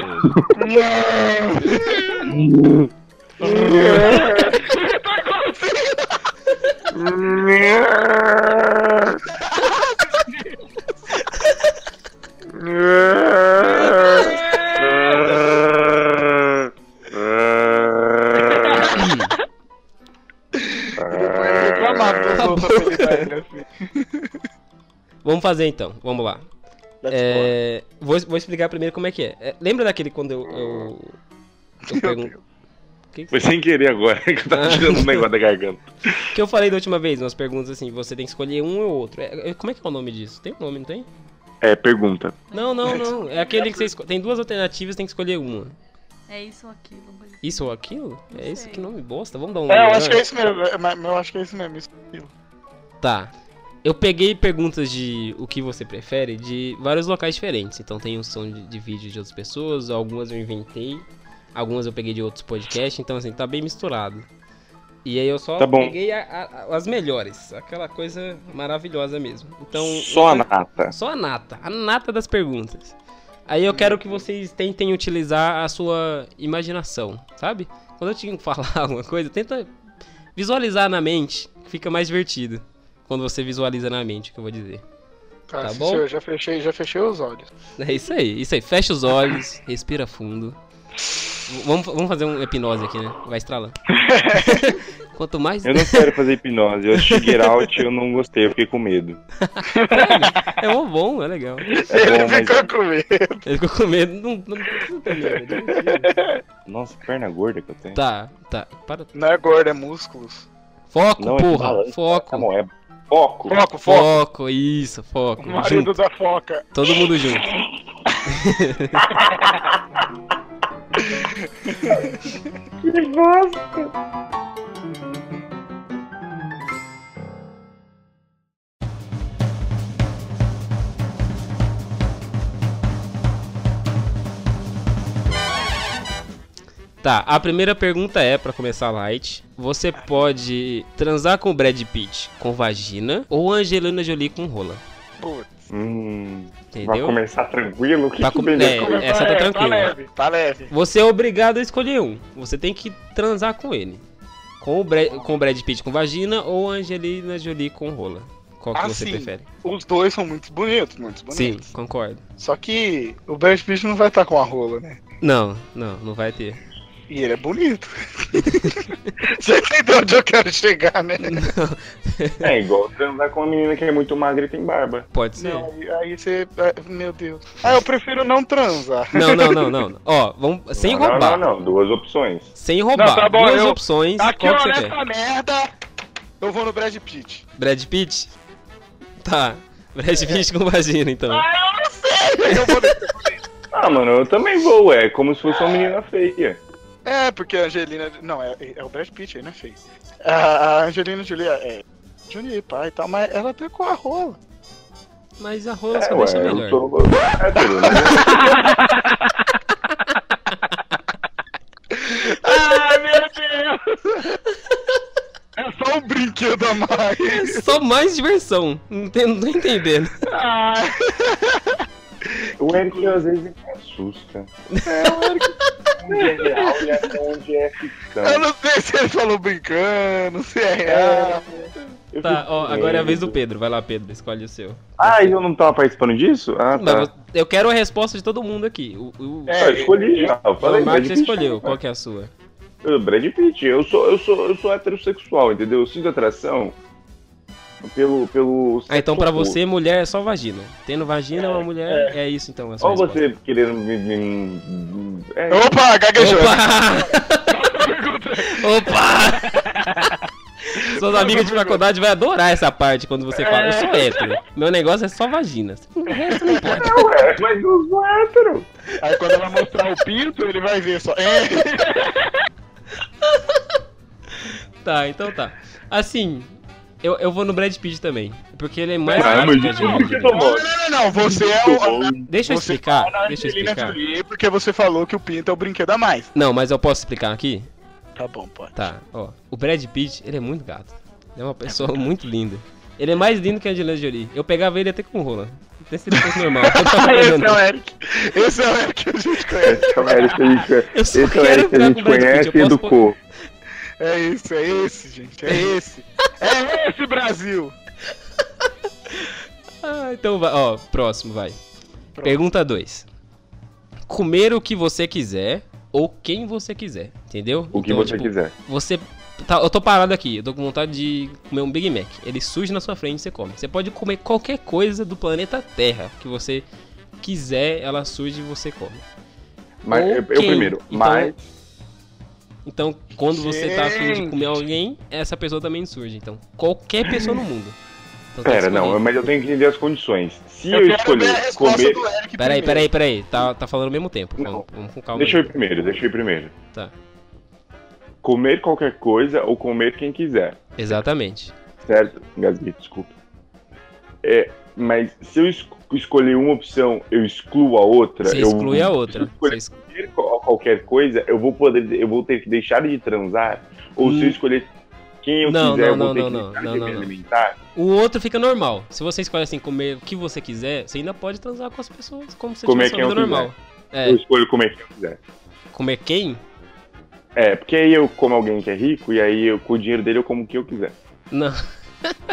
Speaker 1: Vamos fazer então, vamos lá. É, vou, vou explicar primeiro como é que é. É, lembra daquele quando eu. eu, eu pergun- Que,
Speaker 4: Foi sem querer agora que eu
Speaker 1: Ah.
Speaker 4: tava tirando um negócio da garganta.
Speaker 1: que eu falei da última vez, umas perguntas assim, você tem que escolher um ou outro. É, é, como é que é o nome disso? Tem um nome, não tem?
Speaker 4: É, pergunta.
Speaker 1: Não, não, não. É aquele que você escolhe. Tem duas alternativas, tem que escolher uma.
Speaker 8: É isso ou aquilo. uma coisa assim.
Speaker 1: Isso ou aquilo?
Speaker 8: Não
Speaker 1: É isso
Speaker 8: sei.
Speaker 1: que não me bosta. Vamos dar um.
Speaker 3: É, eu
Speaker 1: melhor?
Speaker 3: acho que é isso mesmo. é, mas- mas Eu acho que é isso mesmo. Isso.
Speaker 1: Tá. Eu peguei perguntas de o que você prefere de vários locais diferentes. Então tem um som de, de vídeo de outras pessoas, algumas eu inventei, algumas eu peguei de outros podcasts, então assim, tá bem misturado. E aí eu só
Speaker 4: Tá bom.
Speaker 1: peguei a- a- a- as melhores, aquela coisa maravilhosa mesmo. Então,
Speaker 4: Só a
Speaker 1: uma
Speaker 4: nata.
Speaker 1: só a nata, a nata das perguntas. Aí eu quero que vocês tentem utilizar a sua imaginação, sabe? Quando eu te falar alguma coisa, tenta visualizar na mente, que fica mais divertido. Quando você visualiza na mente, o que eu vou dizer.
Speaker 3: Tá,
Speaker 1: Tá
Speaker 3: sim,
Speaker 1: bom?
Speaker 3: senhor, já fechei, já fechei os olhos.
Speaker 1: É isso aí, isso aí. Fecha os olhos, respira fundo. V- Vamos, vamos fazer um hipnose aqui, né? Vai estralando. Quanto mais.
Speaker 4: Eu não quero fazer hipnose. Eu achei Get Out eu não gostei, eu fiquei com medo.
Speaker 1: É um bom, é legal.
Speaker 4: É bom,
Speaker 3: Ele
Speaker 4: mas.
Speaker 3: ficou com medo.
Speaker 1: Ele ficou com medo. Não, não, não tem medo. não tem medo.
Speaker 4: Nossa, perna gorda que eu tenho.
Speaker 1: Tá, tá. Para.
Speaker 3: Não é gordo, é músculos.
Speaker 1: Foco,
Speaker 4: Não, é
Speaker 1: porra.
Speaker 4: balance.
Speaker 1: Foco.
Speaker 4: Tá bom, é foco.
Speaker 3: Foco, foco.
Speaker 1: Foco, isso, foco.
Speaker 3: O marido
Speaker 1: Junto,
Speaker 3: da foca.
Speaker 1: todo mundo junto. Tá, a primeira pergunta é, pra começar light, você pode transar com o Brad Pitt com vagina ou Angelina Jolie com rola?
Speaker 3: Putz.
Speaker 4: Hum, vai
Speaker 1: Entendeu?
Speaker 4: começar tranquilo? Que
Speaker 1: Pra
Speaker 4: que
Speaker 1: com-
Speaker 4: beleza.
Speaker 1: é. essa tá
Speaker 3: leve,
Speaker 1: tranquila.
Speaker 3: Tá leve, tá leve.
Speaker 1: Você é obrigado a escolher um. Você tem que transar com ele. Com o, Bra- com o Brad Pitt com vagina ou Angelina Jolie com rola? Qual que você
Speaker 3: Assim,
Speaker 1: prefere?
Speaker 3: Os dois são muito bonitos, muito
Speaker 1: Sim,
Speaker 3: bonitos.
Speaker 1: concordo.
Speaker 3: Só que o Brad Pitt não vai estar com a rola, né?
Speaker 1: Não, não, não vai ter.
Speaker 3: E ele é bonito. Você entendeu onde eu quero chegar, né?
Speaker 4: É igual transar com uma menina que é muito magra e tem barba.
Speaker 1: Pode ser.
Speaker 3: Não, aí- aí você. ah, Meu Deus. Ah, eu prefiro não transar.
Speaker 1: Não, não, não, não. Ó, vamos. Sem
Speaker 4: não,
Speaker 1: roubar.
Speaker 4: Não, não, não. Duas opções.
Speaker 1: Sem roubar.
Speaker 3: Não, tá bom,
Speaker 1: Duas
Speaker 3: eu-
Speaker 1: opções.
Speaker 3: Aqui,
Speaker 1: qual que
Speaker 3: ó,
Speaker 1: você
Speaker 3: nessa
Speaker 1: quer?
Speaker 3: merda, eu vou no Brad Pitt.
Speaker 1: Brad Pitt? Tá. Brad Pitt com vagina, então.
Speaker 3: Eu vou nesse.
Speaker 4: Ah, mano, eu também vou, é como se fosse uma menina feia.
Speaker 3: É, porque a Angelina. Não, é, é o Brad Pitt aí, né, feio? A a Angelina Jolie é. Jolie, pai e tal, mas ela até com a rola.
Speaker 1: Mas a rola
Speaker 4: É,
Speaker 1: só
Speaker 4: ué,
Speaker 1: deixa
Speaker 4: eu
Speaker 1: melhor.
Speaker 4: tô... É, pelo menos
Speaker 3: Ah, meu Deus! É só um brinquedo a mais.
Speaker 1: É Só mais diversão. Não, tem, não tô entendendo.
Speaker 3: Ah,
Speaker 4: o Eric às vezes me assusta. É, o Eric... onde é real e até onde é ficção.
Speaker 3: eu não sei se ele falou brincando, se é real.
Speaker 4: Eu
Speaker 1: Tá,
Speaker 4: fico
Speaker 1: ó,
Speaker 4: com
Speaker 1: agora é a vez
Speaker 4: medo.
Speaker 1: do Pedro. Vai lá, Pedro, escolhe o seu.
Speaker 4: Ah, eu não tava participando disso? Ah,
Speaker 1: Mas
Speaker 4: tá.
Speaker 1: vo- eu quero a resposta de todo mundo aqui. O, o,
Speaker 3: É,
Speaker 4: Ah, eu escolhi já. Eu falei,
Speaker 1: o Marcos
Speaker 4: Brad Pitt.
Speaker 1: escolheu. Qual que é a sua?
Speaker 4: Eu, Brad Pitt, eu sou, eu sou, eu sou heterossexual, entendeu? Eu sinto atração pelo. pelo
Speaker 1: Ah, então pra
Speaker 4: sexo oposto.
Speaker 1: você, mulher é só vagina. Tendo vagina, uma mulher é isso então. a sua
Speaker 4: Olha
Speaker 1: resposta.
Speaker 4: você querendo me. me- É,
Speaker 3: Opa, gaguejou.
Speaker 1: Opa! Opa! Suas amigas de faculdade vai adorar essa parte quando você fala, eu sou hétero. Meu negócio é só vagina. O resto não importa.
Speaker 4: ué, mas eu sou hétero!
Speaker 3: Aí quando ela mostrar o pinto, ele vai ver só. É,
Speaker 1: Tá, então tá. Assim, eu, eu vou no Brad Pitt também. Porque ele é mais.
Speaker 4: Caramba, gente,
Speaker 1: Não,
Speaker 4: muito
Speaker 3: não, não, não, não, você é o.
Speaker 1: Deixa eu
Speaker 3: Você
Speaker 1: explicar.
Speaker 3: a
Speaker 1: Deixa eu
Speaker 3: Angelina
Speaker 1: explicar.
Speaker 3: Jolie porque você falou que o pinto é o brinquedo a mais.
Speaker 1: Não, mas eu posso explicar aqui?
Speaker 3: Tá bom, pode.
Speaker 1: Tá, ó. O Brad Pitt, ele é muito gato. Ele é uma pessoa muito linda. Ele é mais lindo que a Angelina Jolie. Eu pegava ele até com rola. Até se ele fosse normal. Eu
Speaker 4: Então,
Speaker 1: tava
Speaker 3: Esse é o
Speaker 1: olhando.
Speaker 3: Eric. Esse é o Eric que a gente conhece.
Speaker 4: Esse é o Eric que a gente,
Speaker 1: Eu só
Speaker 4: esse é o
Speaker 1: quero
Speaker 4: Eric que
Speaker 1: ficar
Speaker 4: a gente
Speaker 1: com o Brad Pitt, eu
Speaker 4: conhece e
Speaker 1: posso-
Speaker 4: educou.
Speaker 3: É isso, é esse, gente. É esse. É esse, Brasil.
Speaker 1: Ah, então vai. Ó, próximo, vai. Pergunta 2. Comer o que você quiser ou quem você quiser, entendeu?
Speaker 4: O que
Speaker 1: Então,
Speaker 4: você
Speaker 1: tipo,
Speaker 4: quiser.
Speaker 1: Você. tá- eu tô parado aqui, eu tô com vontade de comer um Big Mac. Ele surge na sua frente e você come. Você pode comer qualquer coisa do planeta Terra que você quiser, ela surge e você come.
Speaker 4: Mas
Speaker 1: Ou
Speaker 4: eu, eu
Speaker 1: quem?
Speaker 4: primeiro.
Speaker 1: Então-
Speaker 4: Mas.
Speaker 1: Então, quando você tá afim de
Speaker 3: Gente.
Speaker 1: comer alguém, essa pessoa também surge. Então, qualquer pessoa no mundo. Então tá
Speaker 4: Pera, não, é
Speaker 1: disponível.
Speaker 4: mas eu tenho que entender as condições. Se eu,
Speaker 3: Eu quero ver a
Speaker 4: escolher
Speaker 3: resposta
Speaker 4: comer.
Speaker 3: do Eric
Speaker 1: Peraí,
Speaker 3: primeiro.
Speaker 1: peraí, peraí. Tá, tá falando ao mesmo tempo.
Speaker 4: Não.
Speaker 1: Vamos, vamos com calma.
Speaker 4: Deixa eu
Speaker 1: aí.
Speaker 4: ir primeiro, deixa eu ir primeiro.
Speaker 1: Tá.
Speaker 4: Comer qualquer coisa ou comer quem quiser,
Speaker 1: Exatamente.
Speaker 4: certo? Engasguei, desculpa. É, mas se eu es- escolher uma opção, eu excluo a outra.
Speaker 1: Você
Speaker 4: eu-
Speaker 1: exclui a outra.
Speaker 4: Se eu
Speaker 1: Você
Speaker 4: escolher
Speaker 1: exclui-
Speaker 4: comer qual- qualquer coisa, eu vou poder, eu vou ter que deixar de transar. Ou se eu
Speaker 1: Hum.
Speaker 4: escolher quem eu
Speaker 1: Não,
Speaker 4: quiser,
Speaker 1: não, não,
Speaker 4: eu vou ter
Speaker 1: não,
Speaker 4: que
Speaker 1: não,
Speaker 4: deixar
Speaker 1: não,
Speaker 4: de
Speaker 1: não,
Speaker 4: me
Speaker 1: não.
Speaker 4: alimentar.
Speaker 1: O outro fica normal. Se você escolhe assim, comer o que você quiser, você ainda pode transar com as pessoas como se
Speaker 4: Comer
Speaker 1: tivesse
Speaker 4: quem
Speaker 1: uma vida
Speaker 4: eu
Speaker 1: normal.
Speaker 4: Eu
Speaker 1: É,
Speaker 4: escolho comer quem eu quiser.
Speaker 1: comer quem?
Speaker 4: É, porque aí eu como alguém que é rico e aí eu, com o dinheiro dele eu como o que eu quiser.
Speaker 1: Não.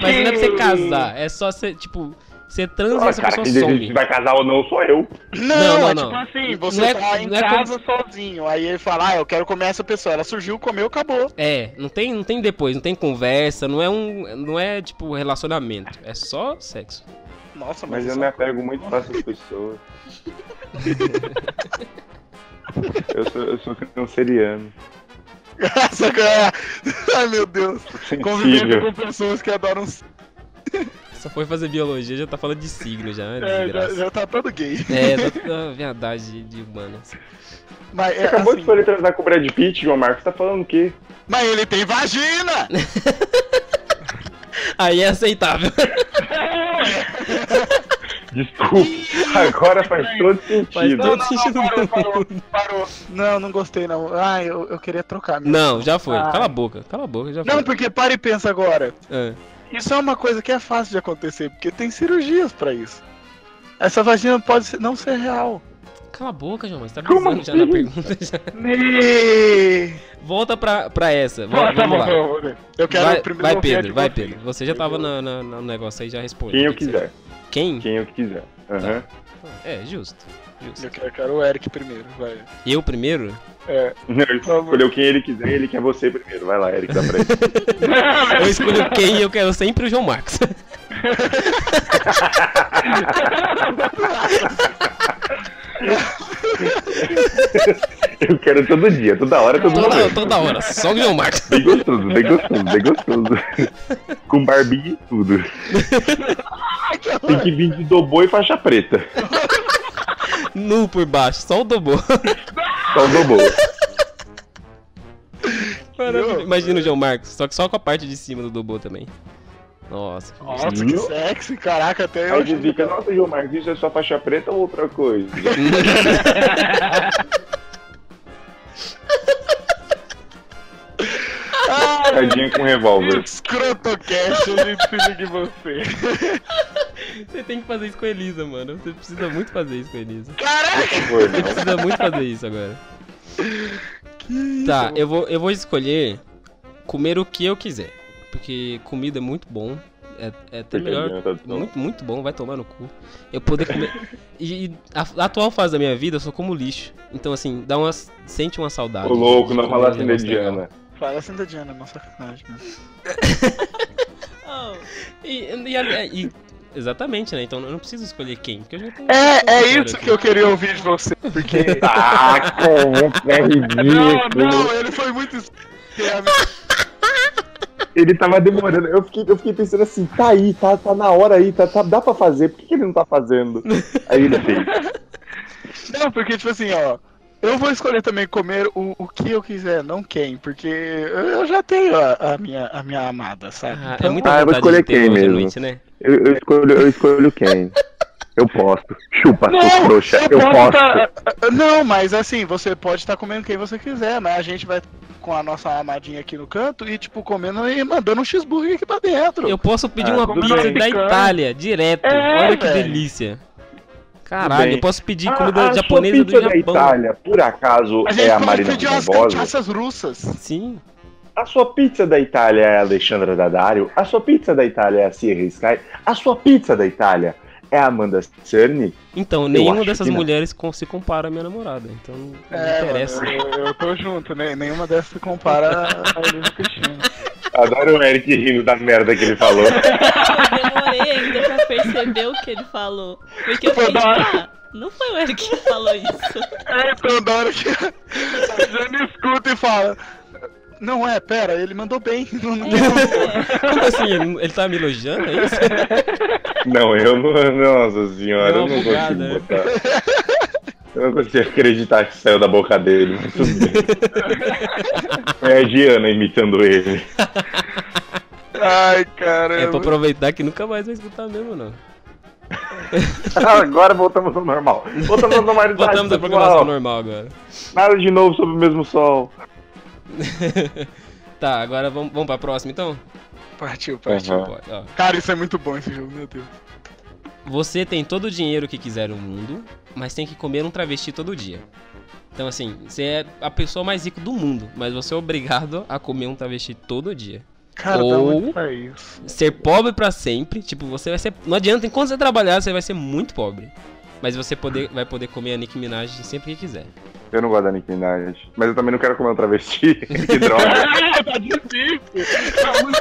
Speaker 1: Mas não é pra você casar, é só você, tipo, você transa e
Speaker 4: Ah,
Speaker 1: essa
Speaker 4: cara,
Speaker 1: pessoa
Speaker 4: quem decide
Speaker 1: some.
Speaker 4: se vai casar ou não sou eu.
Speaker 3: Não,
Speaker 1: Não,
Speaker 3: é
Speaker 1: não,
Speaker 3: tipo
Speaker 1: não.
Speaker 3: assim,
Speaker 1: Não
Speaker 3: você
Speaker 1: é-
Speaker 3: tá em
Speaker 1: não é
Speaker 3: casa sozinho, aí ele fala, ah, eu quero comer essa pessoa. Ela surgiu, comeu, acabou.
Speaker 1: É, não tem, não tem depois, não tem conversa, não é um. Não é tipo relacionamento. É só sexo.
Speaker 3: Nossa, mas,
Speaker 4: Mas eu
Speaker 3: isso-
Speaker 4: me apego muito fácil às pessoas. eu, sou, eu sou canceriano.
Speaker 3: Essa cara- Ai, meu Deus. Convivendo
Speaker 4: Sensível.
Speaker 3: com pessoas que adoram...
Speaker 1: Só foi fazer biologia, já tá falando de signo já, né?
Speaker 3: É, já,
Speaker 1: desgraça.
Speaker 3: já tá todo gay.
Speaker 1: É, tá tá viadagem de humanas.
Speaker 3: Mas, é,
Speaker 4: Você acabou de
Speaker 3: assim,
Speaker 4: escolher transar com o Brad Pitt, João Marcos, tá falando o quê?
Speaker 3: mas ele tem vagina!
Speaker 1: Aí é aceitável.
Speaker 4: Desculpa, agora faz todo
Speaker 1: Faz
Speaker 4: sentido.
Speaker 1: todo-
Speaker 3: Não, não, não, parou, parou, parou. Não, não gostei, não. Ah, eu, eu queria trocar mesmo.
Speaker 1: Não, já foi.
Speaker 3: Ah.
Speaker 1: Cala a boca, cala a boca, já foi.
Speaker 3: Não, porque para e pensa agora.
Speaker 1: É.
Speaker 3: Isso é uma coisa que é fácil de acontecer, porque tem cirurgias pra isso. Essa vagina pode ser- não ser real.
Speaker 1: Cala a boca, João, mas tá
Speaker 4: Como
Speaker 1: pensando já na
Speaker 3: assim?
Speaker 1: pergunta. já.
Speaker 3: Me...
Speaker 1: Volta pra, pra essa. Vol-
Speaker 3: Ah, tá
Speaker 1: vamos lá.
Speaker 3: Eu quero
Speaker 1: vai,
Speaker 3: primeiro
Speaker 1: vai,
Speaker 3: ouvir a de
Speaker 1: Pedro, vai,
Speaker 3: vocês.
Speaker 1: Pedro. Você já tava na- na- na- no negócio aí, já responde.
Speaker 4: Quem eu
Speaker 1: O que que
Speaker 4: quiser,
Speaker 1: você- Quem?
Speaker 4: quem eu quiser. Aham.
Speaker 1: É, justo. justo.
Speaker 3: Eu quero, eu quero o Eric primeiro, vai.
Speaker 1: Eu primeiro?
Speaker 3: É.
Speaker 4: Não, ele escolheu quem ele quiser e ele quer você primeiro. Vai lá, Eric, dá pra ele.
Speaker 3: Ah,
Speaker 1: Eu escolho quem e eu quero sempre o João Marcos.
Speaker 4: Eu quero todo dia, toda hora, todo
Speaker 1: toda,
Speaker 4: momento.
Speaker 1: toda hora, só o João Marcos.
Speaker 4: Bem gostoso, bem gostoso, bem gostoso. Com barbinha e tudo. Tem que vir de dobô e faixa preta.
Speaker 1: Nu por baixo, só o Dobô.
Speaker 4: Só o dobô.
Speaker 1: Maravilha. Imagina o João Marcos, só que só com a parte de cima do Dobô também. Nossa. que gostoso.
Speaker 3: Nossa, que sexy, caraca, até
Speaker 4: Aí
Speaker 3: eu.
Speaker 4: você fica, nossa, João Marcos, isso é só faixa preta ou outra coisa?
Speaker 3: Ah,
Speaker 4: Tadinha com revólver.
Speaker 3: escrotocast, a gente se liga em você.
Speaker 1: Você tem que fazer isso com a Elisa, mano. Você precisa muito fazer isso com a Elisa.
Speaker 3: Caraca!
Speaker 4: Foi, não.
Speaker 1: Precisa muito fazer isso agora. Tá, eu vou, eu vou escolher comer o que eu quiser. Porque comida é muito bom. É, é até
Speaker 4: Porque
Speaker 1: melhor.
Speaker 4: adianta tá tudo.
Speaker 1: Muito, muito bom, vai tomar no cu. Eu poder comer. e e a, a atual fase da minha vida, eu só como lixo. Então, assim, dá uma, sente uma saudade.
Speaker 4: Ô louco,
Speaker 1: de
Speaker 4: não assim
Speaker 1: comer
Speaker 4: falasse
Speaker 1: um
Speaker 4: de
Speaker 1: negócio legal.
Speaker 4: Diana.
Speaker 3: Fala assim da Diana, uma sacanagem. né?
Speaker 8: Oh,
Speaker 1: E, e a- e- exatamente, né? Então eu não preciso escolher quem. Porque eu já tenho um
Speaker 3: É, é
Speaker 1: Cara,
Speaker 3: isso que eu queria ouvir de você, porque.
Speaker 4: Ah, como é
Speaker 3: Não,
Speaker 4: ridículo.
Speaker 3: não, ele foi muito. es-
Speaker 4: Ele tava demorando. Eu fiquei, eu fiquei pensando assim, tá aí, tá, tá na hora aí, tá, tá- dá pra fazer, por que, que ele não tá fazendo? Aí ele fez.
Speaker 3: Não, porque, tipo assim, ó. Eu vou escolher também comer o, o que eu quiser, não quem, porque eu já tenho a, a minha, a minha amada, sabe?
Speaker 1: Ah, é
Speaker 3: Então,
Speaker 1: muita
Speaker 9: Ah, eu vou
Speaker 1: vontade de
Speaker 9: escolher
Speaker 1: ter
Speaker 9: quem
Speaker 1: hoje à
Speaker 9: mesmo.
Speaker 1: noite, né?
Speaker 9: Eu, eu escolho, eu escolho quem? Eu posto. Chupa,
Speaker 3: Não,
Speaker 9: seu trouxa. Eu
Speaker 3: eu posso
Speaker 9: posto.
Speaker 3: tá- Não, mas assim, você pode estar comendo quem você quiser, mas a gente vai com a nossa amadinha aqui no canto e, tipo, comendo e mandando um cheeseburger aqui pra dentro.
Speaker 1: Eu posso pedir
Speaker 4: Ah,
Speaker 1: uma
Speaker 4: tudo
Speaker 1: pizza
Speaker 4: bem.
Speaker 1: da Itália, direto.
Speaker 3: É,
Speaker 1: Olha que
Speaker 3: velho.
Speaker 1: delícia. Caralho,
Speaker 4: bem.
Speaker 1: eu posso pedir
Speaker 4: Ah,
Speaker 1: comida
Speaker 4: a
Speaker 1: japonesa
Speaker 4: sua
Speaker 1: do
Speaker 4: pizza da
Speaker 1: Japão.
Speaker 4: Itália, por acaso,
Speaker 3: A gente
Speaker 9: É a
Speaker 3: pode
Speaker 9: Marina
Speaker 3: pedir umas
Speaker 9: Barbosa?
Speaker 3: cachaças russas.
Speaker 1: Sim.
Speaker 9: A sua pizza da Itália é a Alexandra Daddario? A sua pizza da Itália é a Sierra Sky? A sua pizza da Itália é a Amanda Cerny?
Speaker 1: Então, nenhuma
Speaker 9: acho
Speaker 1: dessas
Speaker 9: que não.
Speaker 1: mulheres com- se compara à minha namorada. Então, não
Speaker 3: É,
Speaker 1: interessa.
Speaker 3: mano, eu, eu tô junto, né? Nenhuma dessas se compara a Elisa Cristina.
Speaker 9: Adoro o Eric rindo da merda que ele falou.
Speaker 8: Eu demorei ainda pra perceber o que ele falou. Porque eu
Speaker 3: Foi
Speaker 8: fiquei
Speaker 3: da
Speaker 8: tipo,
Speaker 3: hora.
Speaker 8: ah, não foi o Eric que falou isso.
Speaker 3: É, então da hora que a Jane escuta e fala. Não é, pera, ele mandou bem. Não, não-
Speaker 8: É,
Speaker 1: Como assim? Ele, ele tá me elogiando, é isso?
Speaker 6: Não, eu não. Nossa senhora,
Speaker 1: Deu
Speaker 6: eu não
Speaker 1: uma
Speaker 6: consigo
Speaker 1: bugada, né?
Speaker 6: botar. Eu não consigo acreditar que saiu da boca dele, mas tudo bem. É a Diana imitando ele.
Speaker 3: Ai,
Speaker 1: É pra
Speaker 3: caramba.
Speaker 1: aproveitar que nunca mais vai escutar mesmo, não.
Speaker 6: Agora voltamos ao normal. Voltamos à normalidade.
Speaker 1: Voltamos à programação normal agora.
Speaker 6: Nada de novo sob o mesmo sol.
Speaker 1: Tá, agora vamos, vamos pra próxima então?
Speaker 3: Partiu, partiu.
Speaker 4: Tá.
Speaker 6: Aham.
Speaker 1: Pode, ó.
Speaker 3: Cara, isso é muito bom esse jogo, meu Deus.
Speaker 1: Você tem todo o dinheiro que quiser no mundo, mas tem que comer um travesti todo dia. Então, assim, você é a pessoa mais rica do mundo, mas você é obrigado a comer um travesti todo dia.
Speaker 3: Cara, da
Speaker 1: Ou-
Speaker 3: onde sai isso?
Speaker 1: Ser pobre pra sempre, tipo, você vai ser. Não adianta, enquanto você trabalhar, você vai ser muito pobre. Mas você poder, vai poder comer a Nick Minaj sempre que quiser.
Speaker 6: Eu não gosto da Nicki Minaj, mas eu também não quero comer um travesti. que droga.
Speaker 3: Ah, tá difícil. Tá muito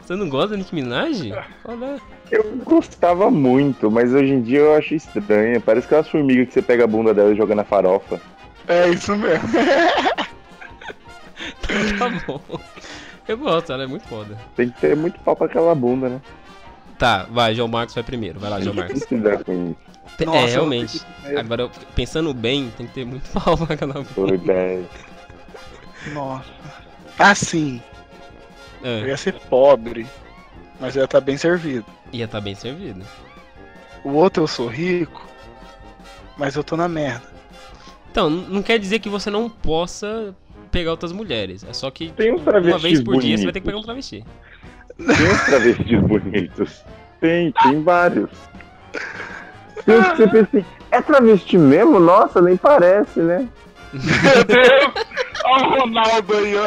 Speaker 1: Você não gosta da Nick Minaj? Qual é?
Speaker 6: Eu gostava muito, mas hoje em dia eu acho estranha. Parece aquelas formigas que você pega a bunda dela e joga na farofa.
Speaker 3: É isso mesmo.
Speaker 1: Tá bom. Eu gosto, ela é muito foda.
Speaker 6: Tem que ter muito pau pra aquela bunda, né?
Speaker 1: Tá, vai, João Marcos vai primeiro. Vai lá, João
Speaker 6: Tem
Speaker 1: Marcos.
Speaker 6: que lidar com isso.
Speaker 1: Te-
Speaker 3: Nossa,
Speaker 1: é,
Speaker 3: eu
Speaker 1: realmente. Agora, eu- pensando bem, tem que ter muito pau pra cada um.
Speaker 6: Foi, velho.
Speaker 3: Nossa. Assim, eu
Speaker 1: É,
Speaker 3: ia ser pobre, mas eu ia estar bem servido.
Speaker 1: ia tá bem servido.
Speaker 3: O outro eu sou rico, mas eu tô na merda.
Speaker 1: Então, n- não quer dizer que você não possa pegar outras mulheres. É só que
Speaker 6: Tem uns
Speaker 1: uma
Speaker 6: travestis
Speaker 1: vez por dia você vai ter que pegar um
Speaker 6: bonitos.
Speaker 1: travesti.
Speaker 6: Tem uns travestis bonitos. Tem, tem vários. Tem uns que você pensa assim, é travesti mesmo? Nossa, nem parece, né?
Speaker 3: Meu Deus! Olha o Ronaldo aí, ó.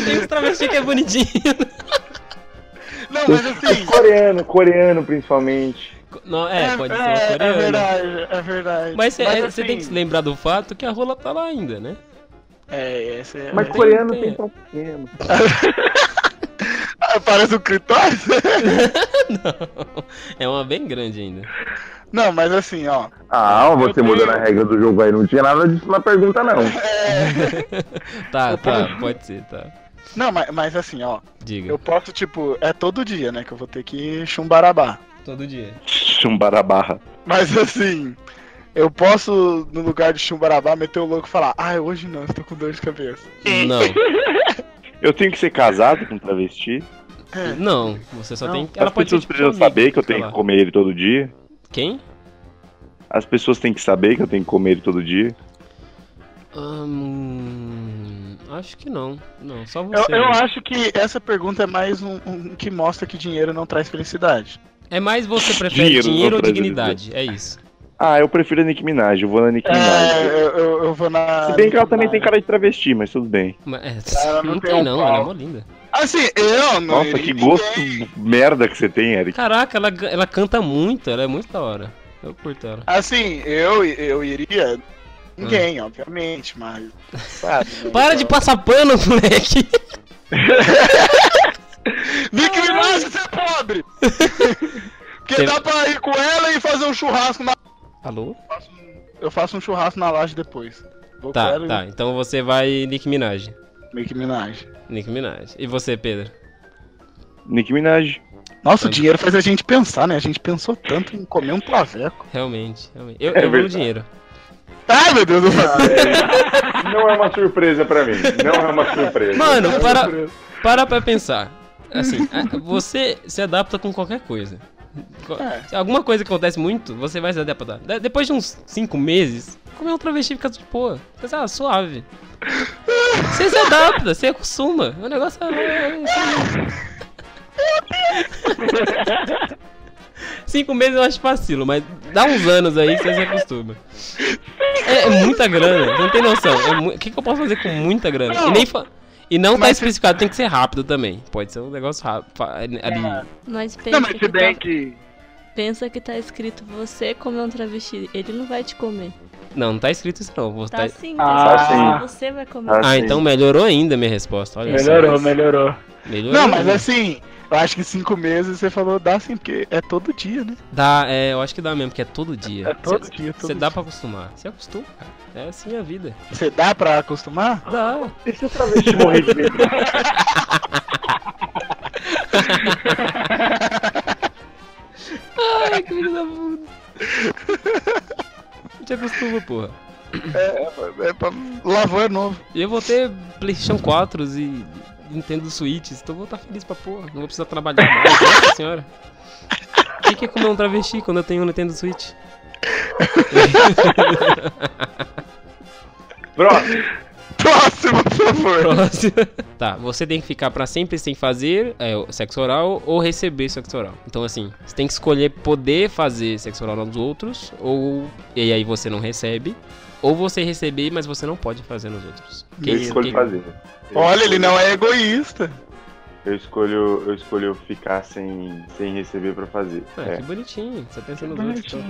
Speaker 1: Tem uns travesti que é bonitinho.
Speaker 3: Não, mas
Speaker 4: É
Speaker 3: assim.
Speaker 6: Coreano, coreano principalmente.
Speaker 1: Não, é, pode ser
Speaker 3: é,
Speaker 1: uma
Speaker 3: é
Speaker 1: coreana.
Speaker 3: verdade, é verdade.
Speaker 1: Mas você
Speaker 3: assim,
Speaker 1: tem que se lembrar do fato que a rola tá lá ainda, né?
Speaker 3: É, esse é.
Speaker 6: Mas
Speaker 1: Tem-
Speaker 6: coreano
Speaker 1: tem-
Speaker 6: tem pau pequeno.
Speaker 3: Ah, parece um Critós?
Speaker 1: Não. É uma bem grande ainda.
Speaker 3: Não, mas assim, ó.
Speaker 6: Ah,
Speaker 3: você
Speaker 6: você
Speaker 3: tenho-
Speaker 6: mudando
Speaker 3: mudando
Speaker 6: a
Speaker 3: a
Speaker 6: regra do jogo aí. Não tinha nada disso na pergunta, não.
Speaker 1: Tá, tá, pode ser, tá.
Speaker 3: Não, mas, mas assim, ó.
Speaker 1: Diga.
Speaker 3: Eu posso, tipo, é todo dia, né? Que eu vou ter que chumbarabá.
Speaker 1: Todo dia.
Speaker 6: Chumbarabarra.
Speaker 3: Mas assim, eu posso, no lugar de chumbarabá, meter o louco e falar, ah, hoje não, estou com dor de cabeça.
Speaker 1: Não.
Speaker 4: Eu tenho que ser casado com um travesti.
Speaker 1: Não, você só
Speaker 3: Não,
Speaker 1: tem. Ela
Speaker 4: As
Speaker 1: pode ser,
Speaker 4: pessoas
Speaker 1: tipo,
Speaker 4: precisam
Speaker 1: sua amiga,
Speaker 4: saber que eu
Speaker 1: sei
Speaker 4: tenho
Speaker 1: lá.
Speaker 4: que comer ele todo dia.
Speaker 1: Quem?
Speaker 4: As pessoas têm que saber que eu tenho que comer ele todo dia.
Speaker 1: Hum, acho que não. Não, só
Speaker 3: Eu,
Speaker 1: você.
Speaker 3: eu
Speaker 1: né?
Speaker 3: acho que essa pergunta é mais um, um que mostra que dinheiro não traz felicidade.
Speaker 1: É mais você prefere
Speaker 4: Dinheiro,
Speaker 1: dinheiro,
Speaker 4: não
Speaker 1: ou
Speaker 4: traz
Speaker 1: dignidade. É isso.
Speaker 4: Ah, eu prefiro a Nicki Minaj, eu vou na Nicki
Speaker 3: É,
Speaker 4: Minaj.
Speaker 3: eu, eu- eu vou na.
Speaker 4: Se bem que ela também tem cara de travesti, mas tudo bem.
Speaker 1: Mas, é,
Speaker 3: Cara,
Speaker 1: não,
Speaker 3: não tem
Speaker 1: tem,
Speaker 3: um
Speaker 1: não,
Speaker 3: pau.
Speaker 1: ela é mó linda.
Speaker 3: Assim, eu não.
Speaker 4: Nossa, que
Speaker 3: iria-
Speaker 4: gosto merda que você tem, Eric.
Speaker 1: Caraca, ela, ela canta muito, ela é muito da hora. Eu curto ela.
Speaker 3: Assim, eu, eu iria. Ninguém, obviamente, mas. Sabe,
Speaker 1: Hum.
Speaker 3: né, então.
Speaker 1: Para de passar pano, moleque!
Speaker 3: Nick
Speaker 1: Ah!
Speaker 3: Minaj, você é pobre! Porque
Speaker 1: Teve-
Speaker 3: dá pra ir com ela e fazer um churrasco na.
Speaker 1: Alô?
Speaker 3: Eu faço um churrasco na laje depois. Vou com
Speaker 1: Tá,
Speaker 3: ela
Speaker 1: tá. Então você vai Nick Minaj.
Speaker 3: e Nick Minaj.
Speaker 1: Nick Minaj. E você, Pedro?
Speaker 4: Nicki Minaj.
Speaker 3: Nossa, o
Speaker 1: Entendi.
Speaker 3: dinheiro faz a gente pensar, né? A gente pensou tanto em comer um traveco.
Speaker 1: Realmente, realmente. Eu,
Speaker 6: É
Speaker 1: eu vou no
Speaker 6: verdade.
Speaker 1: dinheiro.
Speaker 3: Ai, meu Deus do céu.
Speaker 6: Não é uma surpresa pra mim. Não é uma surpresa.
Speaker 1: Mano, para, para pra pensar. Assim, a- você se adapta com qualquer coisa. Co-
Speaker 3: É.
Speaker 1: se Alguma coisa que acontece muito, você vai se adaptar. De- Depois de uns 5 meses, comer um travesti fica de boa. Fica ah, suave. Você se adapta, você acostuma. O negócio é- é. é isso aí. Cinco meses eu acho vacilo, mas dá uns anos aí que você se acostuma. É, é muita grana, você não tem noção. É mu- O que, que eu posso fazer com muita grana? E, nem fa- e não tá
Speaker 3: Mas-
Speaker 1: especificado, tem que ser rápido também. Pode ser um negócio rápido. fa- ali-
Speaker 8: é. Mas pensa,
Speaker 3: Não, mas se
Speaker 8: que
Speaker 3: bem
Speaker 8: tá,
Speaker 3: que.
Speaker 8: pensa que tá escrito você comer um travesti. Ele não vai te comer.
Speaker 1: Não, não tá escrito isso não. Vou
Speaker 8: Tá
Speaker 1: tá-
Speaker 8: sim,
Speaker 3: Ah,
Speaker 8: tá escrito
Speaker 6: sim.
Speaker 8: você vai comer.
Speaker 6: Tá
Speaker 1: Ah,
Speaker 6: sim.
Speaker 1: então melhorou ainda a minha resposta. Olha só.
Speaker 3: Melhorou, melhorou.
Speaker 1: Melhorou.
Speaker 3: Não, mas assim, Eu acho que cinco meses você falou dá sim, porque é todo dia, né?
Speaker 1: Dá, é, eu acho que dá mesmo, porque é todo dia.
Speaker 3: É todo
Speaker 1: Cê-
Speaker 3: dia, todo
Speaker 1: Você
Speaker 3: dia.
Speaker 1: dá pra acostumar. Você acostuma, cara. É assim a vida.
Speaker 3: Você dá pra acostumar?
Speaker 1: Dá.
Speaker 6: E se o travesti
Speaker 4: Morrer de medo.
Speaker 1: Ai, que filho da puta. Não te acostuma, porra.
Speaker 3: É pra... Lavou é novo.
Speaker 1: E eu vou ter Playstation 4 e Nintendo Switch, então eu vou estar feliz pra porra. Não vou precisar trabalhar mais, nossa senhora. O que, que é comer um travesti quando eu tenho um Nintendo Switch?
Speaker 4: Próximo.
Speaker 3: Próximo, por favor.
Speaker 1: Próximo. tá, você tem que ficar pra sempre sem fazer é, o sexo oral ou receber sexo oral. Então, assim, você tem que escolher poder fazer sexo oral nos outros, ou. E aí você não recebe. Ou você receber, mas você não pode fazer nos outros. Que
Speaker 4: Eu
Speaker 1: isso,
Speaker 4: escolho
Speaker 1: que-
Speaker 4: fazer. Eu
Speaker 3: Olha, ele
Speaker 4: escolho-
Speaker 3: não é egoísta.
Speaker 4: Eu escolho, eu escolho ficar sem, sem receber pra fazer.
Speaker 1: Ah, que
Speaker 4: É,
Speaker 1: bonitinho. Você pensa nos outros. Então.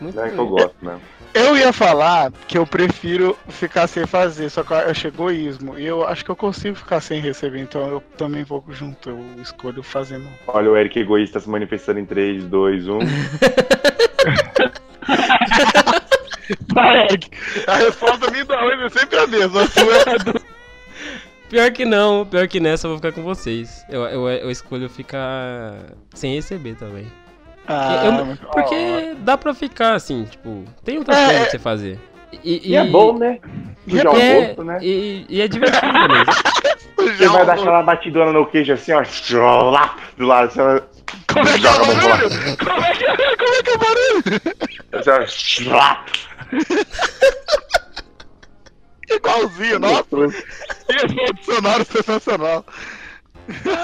Speaker 1: Muito
Speaker 4: não é que eu
Speaker 1: bom.
Speaker 4: gosto, né?
Speaker 3: Eu ia falar que eu prefiro ficar sem fazer, só que eu acho egoísmo. E eu acho que eu consigo ficar sem receber, então eu também vou junto. Eu escolho fazer não.
Speaker 4: Olha o Eric egoísta se manifestando em um. 3, 2, 1.
Speaker 3: Tarek, a resposta minha da Ruiva é sempre a mesma. A sua é a do...
Speaker 1: Pior que não, pior que nessa eu vou ficar com vocês. Eu, eu, eu escolho ficar sem receber também. eu-
Speaker 3: mas-
Speaker 1: Porque dá pra ficar assim, tipo, tem outras
Speaker 3: É.
Speaker 1: coisas pra você fazer. E,
Speaker 6: E é bom, né?
Speaker 3: E
Speaker 4: Já
Speaker 3: é
Speaker 4: o
Speaker 1: é,
Speaker 4: gosto, né?
Speaker 1: e, e é divertido mesmo.
Speaker 4: Você
Speaker 3: Já
Speaker 4: vai dar
Speaker 3: o-
Speaker 4: aquela batidona no queijo assim, ó. Lá, do lado, assim, ó.
Speaker 3: Como é que é
Speaker 4: Joga a
Speaker 3: o
Speaker 4: mão pra lá.
Speaker 3: barulho? Como é que, como é, que é o barulho?
Speaker 4: Assim, ó. Lá.
Speaker 3: é? Igualzinho, nossa. E efeito sonoro sensacional.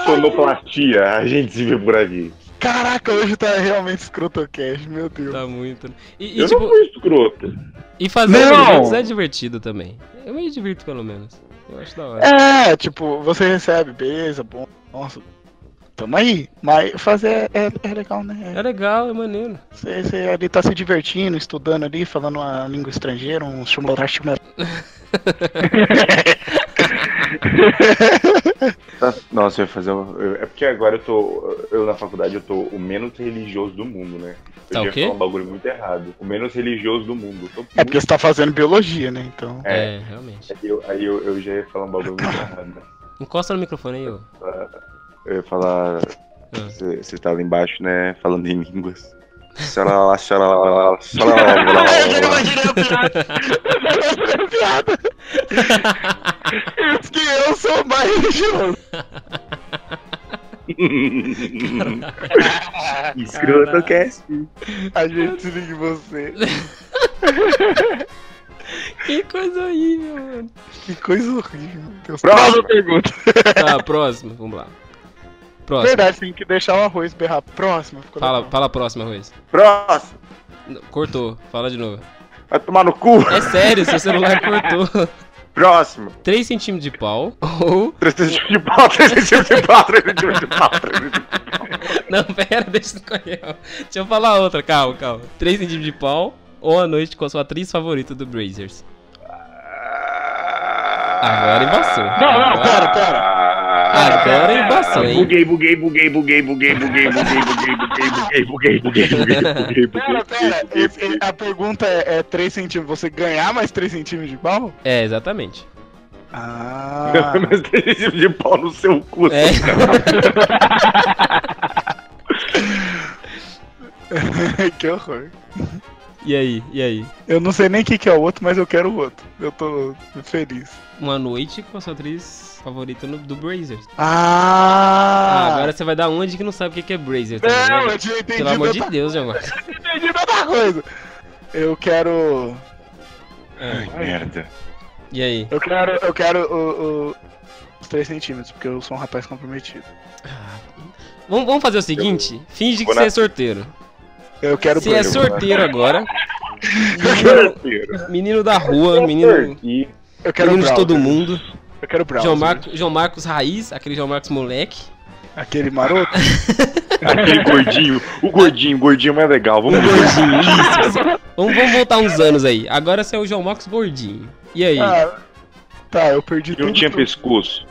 Speaker 4: Sonoplastia, a gente se vê por aqui.
Speaker 3: Caraca, hoje tá realmente escrotocast, meu Deus.
Speaker 1: Tá muito. E, e,
Speaker 4: Eu não
Speaker 1: tipo,
Speaker 4: fui escroto.
Speaker 1: e fazer
Speaker 3: Não!
Speaker 1: com os outros é divertido também. Eu me divirto pelo menos. Eu acho da hora.
Speaker 3: É, tipo, você recebe, beleza, bom, nossa. Tamo aí. Mas fazer é, é legal,
Speaker 1: É
Speaker 3: né?
Speaker 1: legal, é maneiro.
Speaker 3: Você, você ali tá se divertindo, estudando ali, falando uma língua estrangeira, um chumorá chumorá.
Speaker 4: Tá- Nossa, eu ia fazer. um- eu- É porque agora eu tô. Eu na faculdade eu tô o menos religioso do mundo, né? Eu
Speaker 1: Tá o
Speaker 4: ia
Speaker 1: quê?
Speaker 4: falar um bagulho muito errado. O menos religioso do mundo. Eu tô
Speaker 3: É
Speaker 4: muito-
Speaker 3: porque você tá fazendo biologia, né? Então.
Speaker 4: É.
Speaker 1: É, realmente.
Speaker 4: Aí eu, aí eu, eu já ia falar um bagulho muito errado. né?
Speaker 1: Encosta no microfone aí, ô.
Speaker 4: Eu ia falar.
Speaker 1: Ah.
Speaker 4: Você tá lá embaixo, né? Falando em línguas. Xalala, xalala, xalala.
Speaker 3: Ah, imaginei a piada. Eu imaginei a piada. Isso que eu sou mais religioso.
Speaker 4: Escrotocast.
Speaker 3: A gente liga em você.
Speaker 1: Que coisa horrível, mano.
Speaker 3: Que coisa horrível. meu Deus.
Speaker 4: Próxima.
Speaker 3: Próxima pergunta.
Speaker 1: Tá, próximo, vamos lá. Próximo.
Speaker 3: Verdade, tem que deixar o arroz berrar. Próxima. ficou
Speaker 1: Fala,
Speaker 3: legal.
Speaker 1: fala a próxima, Ruiz.
Speaker 4: Próximo.
Speaker 1: Não, Cortou, fala de novo.
Speaker 4: Vai tomar no cu.
Speaker 1: É sério, seu celular cortou.
Speaker 4: Próximo.
Speaker 1: 3 centímetros de pau ou.
Speaker 4: 300 de pau, 300 de pau, 300 de pau, 300 de pau.
Speaker 1: Não, pera, deixa eu escolher. ó. Deixa eu falar outra, calma, calma. 3 centímetros de pau ou a noite com a sua atriz favorita do Brazers. Agora é embaçou.
Speaker 3: Não, não,
Speaker 1: Agora-
Speaker 3: pera, pera.
Speaker 1: Agora embaçou, hein?
Speaker 4: Buguei, buguei, buguei, buguei, buguei, buguei, buguei, buguei, buguei, buguei, buguei, buguei, buguei, buguei,
Speaker 3: Pera, pera,
Speaker 4: buguei,
Speaker 3: esse- a pergunta é, é 3 centímetros, você ganhar mais 3 centímetros de pau?
Speaker 1: É, exatamente.
Speaker 3: Ah,
Speaker 4: Mas tem esse de pau no seu cu.
Speaker 1: É.
Speaker 3: que horror.
Speaker 1: E aí, e aí?
Speaker 3: Eu não sei nem o que, que é o outro, mas eu quero o outro. Eu tô feliz.
Speaker 1: Uma noite com a sua atriz favorita no- do Brazers. Ah,
Speaker 3: Ah,
Speaker 1: agora você vai dar uma de que não sabe o que que é Brazers. Tá
Speaker 3: Não,
Speaker 1: ligado?
Speaker 3: eu tinha entendido,
Speaker 1: Pelo amor
Speaker 3: eu
Speaker 1: de
Speaker 3: tava-
Speaker 1: Deus, Jamal.
Speaker 3: entendido outra coisa. Eu quero.
Speaker 4: Ai, merda.
Speaker 1: É. E aí?
Speaker 3: Eu quero. Eu quero o. o- os 3 centímetros, porque eu sou um rapaz comprometido.
Speaker 1: Vamos, vamos fazer o seguinte? Finge que
Speaker 4: Vou
Speaker 1: você é
Speaker 4: na-
Speaker 1: sorteiro.
Speaker 3: Eu quero
Speaker 1: Você é
Speaker 3: brilho.
Speaker 1: sorteiro agora. Menino, menino da rua, menino,
Speaker 3: Eu quero
Speaker 1: menino de
Speaker 3: browser.
Speaker 1: todo mundo.
Speaker 3: Eu quero né? browser.
Speaker 1: João, Marco, João Marcos Raiz, aquele João Marcos moleque.
Speaker 3: Aquele maroto.
Speaker 4: Aquele gordinho, o gordinho, o gordinho é mais legal. Vamos
Speaker 1: Gordinho, isso. assim. Vamos, vamos voltar uns anos aí. Agora você é o João Marcos gordinho. E aí?
Speaker 3: Ah, tá, eu perdi
Speaker 4: não
Speaker 3: tudo.
Speaker 4: tinha pescoço.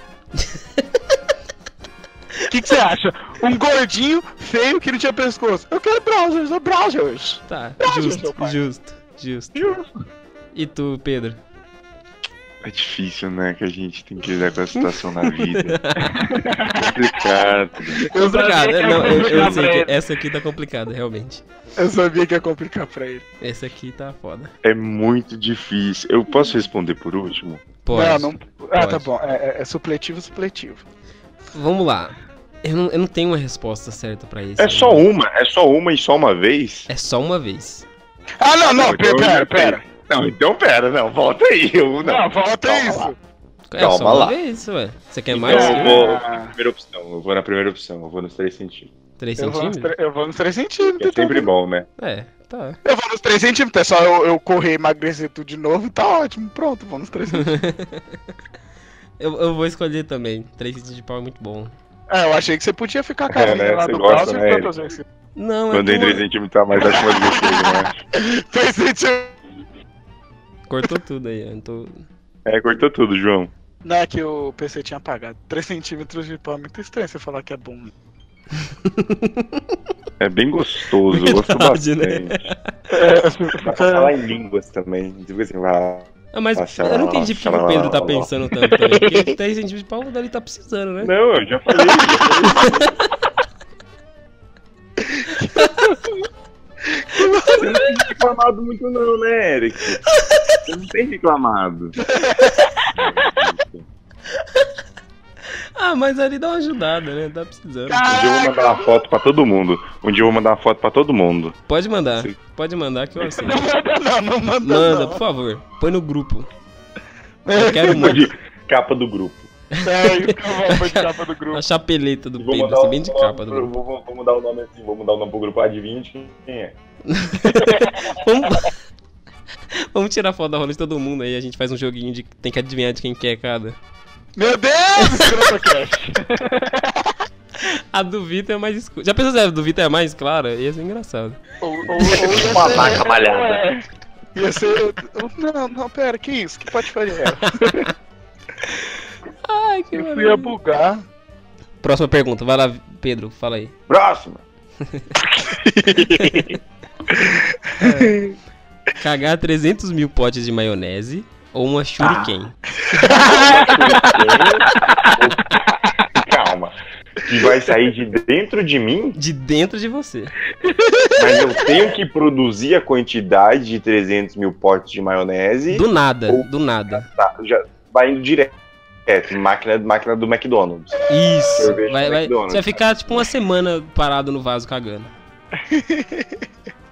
Speaker 3: O que, que você acha? Um gordinho feio que não tinha pescoço. Eu quero browsers, eu browsers.
Speaker 1: Tá,
Speaker 3: Brasil, meu
Speaker 1: justo,
Speaker 3: pai.
Speaker 1: justo, justo. E tu, Pedro?
Speaker 4: É difícil, né? Que a gente tem que lidar com a situação na vida. É Complicado.
Speaker 3: Eu
Speaker 1: Complicado,
Speaker 3: sabia que
Speaker 1: é,
Speaker 3: ia
Speaker 1: não, eu, eu
Speaker 3: complicar
Speaker 1: sei
Speaker 3: pra
Speaker 1: que
Speaker 3: ele.
Speaker 1: essa aqui tá complicada, realmente.
Speaker 3: Eu sabia que ia complicar pra ele.
Speaker 1: Essa aqui tá foda.
Speaker 4: É muito difícil. Eu posso responder por último?
Speaker 1: Pode.
Speaker 3: Não, não. Ah, tá
Speaker 1: Pode.
Speaker 3: bom. É, é- é supletivo, supletivo.
Speaker 1: Vamos lá. Eu não, eu não tenho uma resposta certa pra isso.
Speaker 4: É só uma, é só uma e só uma vez?
Speaker 1: É só uma vez.
Speaker 3: Ah, não, não,
Speaker 4: Então
Speaker 3: pera,
Speaker 4: eu
Speaker 3: pera,
Speaker 4: já tenho.
Speaker 3: pera.
Speaker 4: Não, então pera, não, volta aí. Eu, não,
Speaker 3: Não, volta
Speaker 4: calma
Speaker 3: isso. É,
Speaker 4: lá.
Speaker 1: É
Speaker 4: Calma
Speaker 1: só uma
Speaker 4: lá.
Speaker 1: vez, ué. Você quer
Speaker 4: Então
Speaker 1: mais?
Speaker 4: eu
Speaker 1: Quer
Speaker 4: vou na primeira opção, eu vou na primeira opção, eu vou nos três centímetros.
Speaker 1: Três
Speaker 3: Eu vou, nos,
Speaker 1: centímetros?
Speaker 3: tre- eu vou nos 3 centímetros. então.
Speaker 4: É sempre bom, né?
Speaker 1: É, tá.
Speaker 3: Eu vou nos 3 centímetros. É só eu, eu correr e emagrecer tudo de novo. Tá ótimo. Pronto, vou nos 3 centímetros.
Speaker 1: Eu, eu vou escolher também. Três centímetros de pau é muito bom.
Speaker 3: É, eu achei que você podia ficar com a
Speaker 4: É,
Speaker 3: linha
Speaker 4: né,
Speaker 3: lá
Speaker 4: você
Speaker 3: do
Speaker 4: gosta,
Speaker 3: browser
Speaker 4: né,
Speaker 3: pra fazer esse.
Speaker 1: Não, é
Speaker 4: Quando em
Speaker 1: que uma-
Speaker 4: 3 centímetros tá mais acima de você, né?
Speaker 3: 3 centímetros.
Speaker 1: Cortou tudo aí, eu tô...
Speaker 4: É, cortou tudo, João.
Speaker 3: Não, é que o PC tinha apagado. 3 centímetros de pau é muito estranho você falar que é bom.
Speaker 4: É bem gostoso, eu gosto
Speaker 1: Verdade,
Speaker 4: bastante.
Speaker 1: né?
Speaker 3: É,
Speaker 4: Dá pra falar em línguas também. Tipo assim, vai.
Speaker 1: Ah, mas
Speaker 4: Nossa,
Speaker 1: eu não entendi porque o Pedro tá
Speaker 4: nossa.
Speaker 1: pensando tanto também. Porque três centímetros de pau o Dali tá precisando, né?
Speaker 4: Não, eu já falei. Você não tem reclamado muito não, né, Eric? Você não tem reclamado.
Speaker 1: Ah, mas ali dá uma ajudada, né? Tá precisando.
Speaker 4: Um dia eu vou mandar uma foto pra todo mundo. Um dia eu vou mandar uma foto pra todo mundo.
Speaker 1: Pode mandar.
Speaker 4: Sim.
Speaker 1: Pode mandar que eu aceito.
Speaker 3: Não manda, Então, não, não manda.
Speaker 1: Manda,
Speaker 3: não.
Speaker 1: por favor. Põe no grupo. Eu quero é muito.
Speaker 4: De capa do grupo.
Speaker 3: É, isso que eu vou vou de capa do grupo.
Speaker 1: A chapeleta do
Speaker 4: Vou um
Speaker 1: Pedro,
Speaker 4: mudar,
Speaker 1: assim,
Speaker 4: o
Speaker 1: bem de
Speaker 4: nome
Speaker 1: capa do
Speaker 4: pro-
Speaker 1: grupo.
Speaker 4: vou, vou- vou mudar o nome assim, vou mudar o nome pro grupo Adivinha de quem é.
Speaker 1: Vamos... Vamos tirar foto da rola de todo mundo aí. A gente faz um joguinho de tem que adivinhar de quem que é cada.
Speaker 3: Meu Deus, tá Grotocast.
Speaker 1: A do Vitor é mais escura. Já pensou se a do Vitor é mais clara? Ia ser engraçado.
Speaker 3: Ou, ou, ou
Speaker 4: Uma vaca malhada.
Speaker 3: É. Ia ser. Não, não, pera, que isso? Que pode fazer?
Speaker 1: Ai, que
Speaker 3: É, Eu ia bugar.
Speaker 1: Próxima pergunta. Vai lá, Pedro. Fala aí.
Speaker 4: Próxima!
Speaker 1: Cagar 300 mil potes de maionese ou uma shuriken?
Speaker 3: Ah.
Speaker 4: Calma. Que vai sair de dentro de mim,
Speaker 1: De dentro de você.
Speaker 4: mas eu tenho que produzir a quantidade de 300 mil potes de maionese.
Speaker 1: Do nada,
Speaker 4: Ou-
Speaker 1: do nada.
Speaker 4: tá, já vai indo direto. É, máquina, máquina do McDonald's.
Speaker 1: Isso.
Speaker 4: Sorvete
Speaker 1: Vai,
Speaker 4: do
Speaker 1: vai,
Speaker 4: McDonald's,
Speaker 1: você vai ficar tipo uma semana parado no vaso cagando.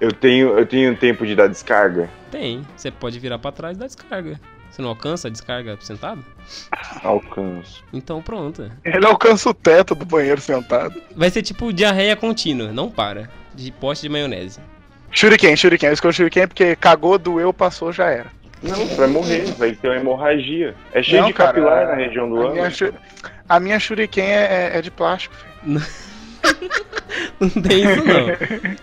Speaker 4: Eu tenho, eu tenho um tempo de dar descarga.
Speaker 1: Tem. Você pode virar pra trás e dar descarga. Você não alcança a descarga sentado?
Speaker 4: Alcanço.
Speaker 1: Então pronto.
Speaker 3: Ele alcança o teto do banheiro sentado.
Speaker 1: Vai ser tipo diarreia contínua, não para. De pote de maionese.
Speaker 3: Shuriken, Shuriken. Eu escolhi Shuriken porque cagou, doeu, passou, já era.
Speaker 4: Não, tu vai morrer, vai ter uma hemorragia. É cheio
Speaker 3: Não,
Speaker 4: de capilar
Speaker 3: cara,
Speaker 4: na região do
Speaker 3: A
Speaker 4: ânus.
Speaker 3: minha, shu- a minha Shuriken é, é- é de plástico. filho.
Speaker 1: Não tem isso não.